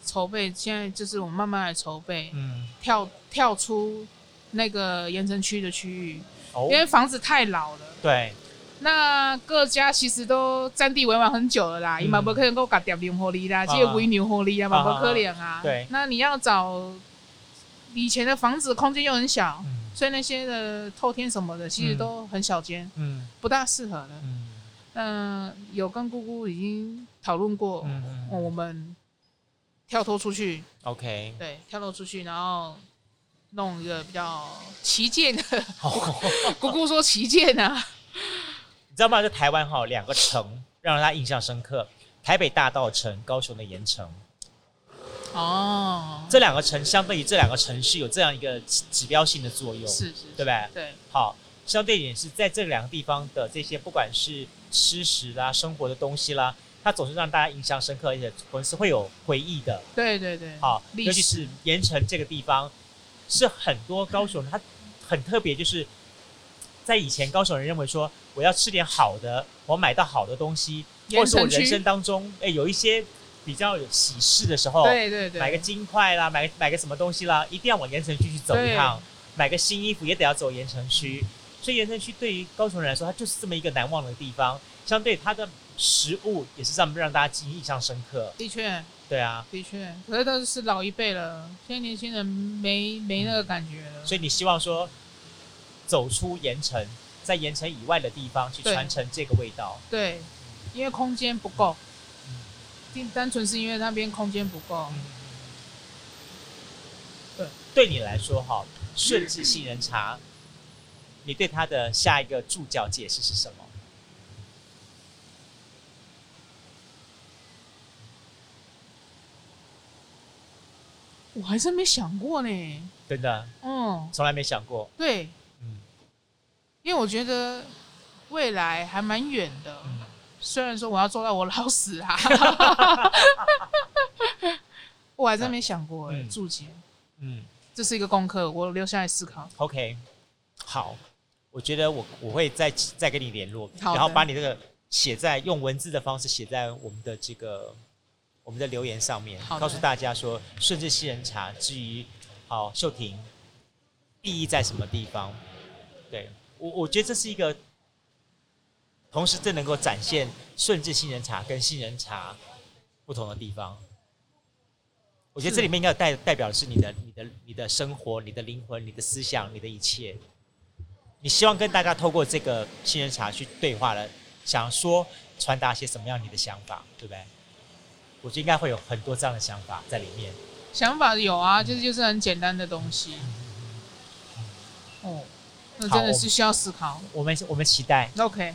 Speaker 1: 筹备，现在就是我们慢慢来筹备，
Speaker 2: 嗯，
Speaker 1: 跳跳出那个盐城区的区域，
Speaker 2: 哦
Speaker 1: 因，为房子太老了。
Speaker 2: 对，
Speaker 1: 那各家其实都占地为王很久了啦，
Speaker 2: 嗯
Speaker 1: 伊嘛不可能够搞点牛活力啦，
Speaker 2: 啊
Speaker 1: 这个为牛活力啊嘛
Speaker 2: 啊
Speaker 1: 不可能啊。
Speaker 2: 对
Speaker 1: 那你要找以前的房子空间又很小，
Speaker 2: 嗯
Speaker 1: 所以那些的透天什么的其实
Speaker 2: 嗯
Speaker 1: 都很小间，
Speaker 2: 嗯
Speaker 1: 不大适合的。
Speaker 2: 嗯
Speaker 1: 嗯，有跟姑姑已经讨论过，哦
Speaker 2: 嗯
Speaker 1: 我们跳脱出去，
Speaker 2: ，OK，
Speaker 1: 对，跳脱出去，然后弄一个比较旗舰 的。姑姑说旗舰啊，
Speaker 2: 你知道吗？在台湾哈，两个城让人家印象深刻，台北大道城、高雄的盐城。
Speaker 1: 哦，
Speaker 2: 这两个城相对于这两个城市有这样一个指指标性的作用，
Speaker 1: 是是，
Speaker 2: 对不对？
Speaker 1: 对，
Speaker 2: 好，相对也是在这两个地方的这些，不管是吃食啦、生活的东西啦，它总是让大家印象深刻，而且总是会有回忆的。
Speaker 1: 对对对，
Speaker 2: 好，
Speaker 1: 历
Speaker 2: 啊尤其
Speaker 1: 史
Speaker 2: 是盐城这个地方，是很多高雄人他很特别，就是在以前高雄人认为说，我要吃点好的，我买到好的东西，或
Speaker 1: 盐
Speaker 2: 是我
Speaker 1: 城
Speaker 2: 人
Speaker 1: 区
Speaker 2: 生，当中，哎、有一些比较有喜事的时候，
Speaker 1: 对对对，
Speaker 2: 哦买个金块啦，买个买个什么东西啦，一定要往盐城区去走一
Speaker 1: 对
Speaker 2: 趟，买个新衣服也得要走盐城区。所以盐城区对于高雄人来说，它就是这么一个难忘的地方。相对它的食物也是让让大家记忆印象深刻。
Speaker 1: 的确
Speaker 2: 对啊，
Speaker 1: 的确，可是都是老一辈了，现在年轻人没没那个感觉了。
Speaker 2: 所以你希望说，走出盐城，在盐城以外的地方去
Speaker 1: 对
Speaker 2: 传承这个味道。
Speaker 1: 对，因为空间不够，单单纯是因为那边空间不够。
Speaker 2: 对，对你来说哈，顺治杏仁茶，你对它的下一个注脚解释是什么？
Speaker 1: 我还真没想过呢。
Speaker 2: 真的啊
Speaker 1: 嗯，
Speaker 2: 从来没想过。
Speaker 1: 对，
Speaker 2: 嗯
Speaker 1: 因为我觉得未来还蛮远的，
Speaker 2: 嗯，
Speaker 1: 虽然说我要做到我老死啊， 我还真没想过哎，
Speaker 2: 嗯
Speaker 1: 注解，
Speaker 2: 嗯
Speaker 1: 这是一个功课，我留下来思考。
Speaker 2: ，OK，好，我觉得我我会再再跟你联络，
Speaker 1: 好的
Speaker 2: 然后把你这个写在用文字的方式写在我们的这个我们的留言上面，
Speaker 1: 好的
Speaker 2: 告诉大家说顺治杏仁茶至于好秀婷意义在什么地方？对我我觉得这是一个。同时，这能够展现顺治杏仁茶跟杏仁茶不同的地方。我觉得
Speaker 1: 是
Speaker 2: 这里面应该有代代表的是你的、你的、你的生活、你的灵魂、你的思想、你的一切。你希望跟大家透过这个杏仁茶去对话了，想说传达些什么样你的想法，对不对？我觉得应该会有很多这样的想法在里面。
Speaker 1: 想法有
Speaker 2: 嗯
Speaker 1: 啊，就是就是很简单的东西。
Speaker 2: 嗯
Speaker 1: 哦，那真的是需要思考。
Speaker 2: 我们我们期待。
Speaker 1: OK，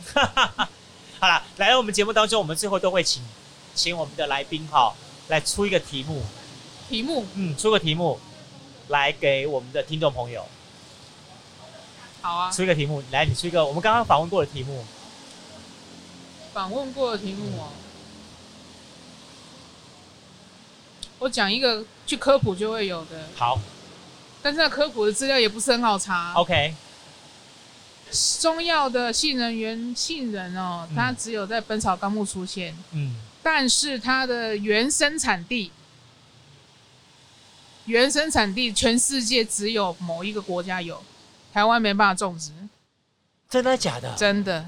Speaker 2: 好了，来到我们节目当中，我们最后都会请请我们的来宾哈来出一个题目，
Speaker 1: 题目
Speaker 2: 嗯，出个题目来给我们的听众朋友
Speaker 1: 好啊，
Speaker 2: 出一个题目，来你出一个我们刚刚访问过的题目，
Speaker 1: 访问过的题目哦。我讲一个去科普就会有的，
Speaker 2: 好
Speaker 1: 但是那科普的资料也不是很好查。
Speaker 2: ，OK，
Speaker 1: 中药的杏仁原杏仁哦，
Speaker 2: 嗯
Speaker 1: 它只有在《本草纲目》出现，
Speaker 2: 嗯，
Speaker 1: 但是它的原生产地，原生产地全世界只有某一个国家有，台湾没办法种植，
Speaker 2: 真的假的？
Speaker 1: 真的。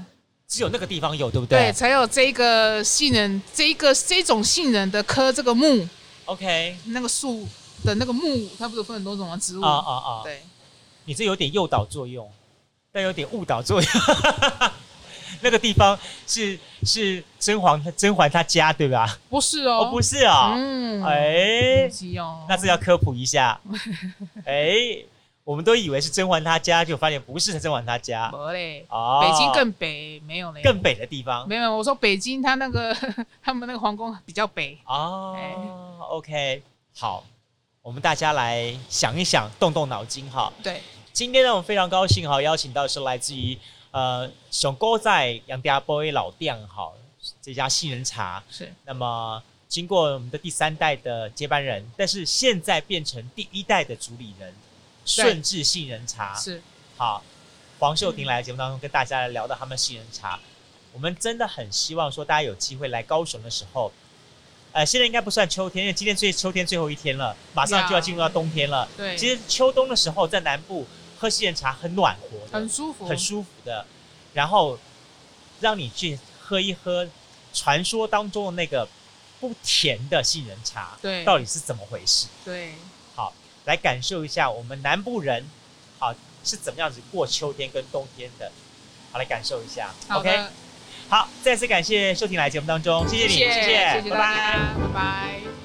Speaker 2: 只有那个地方有，对不
Speaker 1: 对，才有这个杏仁，这一个这种杏仁的科这个木，
Speaker 2: ？OK，
Speaker 1: 那个树的那个木，它不是有分很多种的植物？
Speaker 2: 啊啊啊！
Speaker 1: 对，
Speaker 2: 你这有点诱导作用，但有点误导作用。 那个地方是是甄嬛甄嬛她家对吧？
Speaker 1: 不是
Speaker 2: 哦，
Speaker 1: 哦，
Speaker 2: 不是啊，
Speaker 1: 嗯，
Speaker 2: 哎
Speaker 1: 不，急哦，
Speaker 2: 那这要科普 一下。哎，我们都以为是甄嬛她家，就发现不是甄嬛她家
Speaker 1: 没嘞，
Speaker 2: 哦，
Speaker 1: 北京更北没有嘞，
Speaker 2: 更北的地方
Speaker 1: 没有，我说北京它那个 他们那个皇宫比较北，
Speaker 2: 哦。OK，好，我们大家来想一想，动动脑筋哈。
Speaker 1: 对，
Speaker 2: 今天呢，我们非常高兴哈，邀请到是来自于呃熊哥在杨家波老店哈这家杏仁茶。
Speaker 1: 是
Speaker 2: 那么经过我们的第三代的接班人，但是现在变成第一代的主理人，顺治杏仁茶。
Speaker 1: 是，
Speaker 2: 好，黄秀婷来节目当中跟大家来聊到他们杏仁茶，我们真的很希望说大家有机会来高雄的时候，呃，现在应该不算秋天，因为今天最秋天最后一天了，马上就要进入到冬天了。
Speaker 1: 对，
Speaker 2: 其实秋冬的时候在南部喝杏仁茶很暖和的，
Speaker 1: 很舒服，
Speaker 2: 很舒服的，然后让你去喝一喝传说当中的那个不甜的杏仁茶，
Speaker 1: 对
Speaker 2: 到底是怎么回事？
Speaker 1: 对，
Speaker 2: 来感受一下我们南部人啊是怎么样子过秋天跟冬天的，好来感受一下。
Speaker 1: 好
Speaker 2: OK，
Speaker 1: 的，
Speaker 2: 好，再次感谢秀婷来节目当中，谢谢你，
Speaker 1: 谢
Speaker 2: 谢
Speaker 1: 谢谢
Speaker 2: 拜
Speaker 1: 大
Speaker 2: 拜。
Speaker 1: 家，拜拜。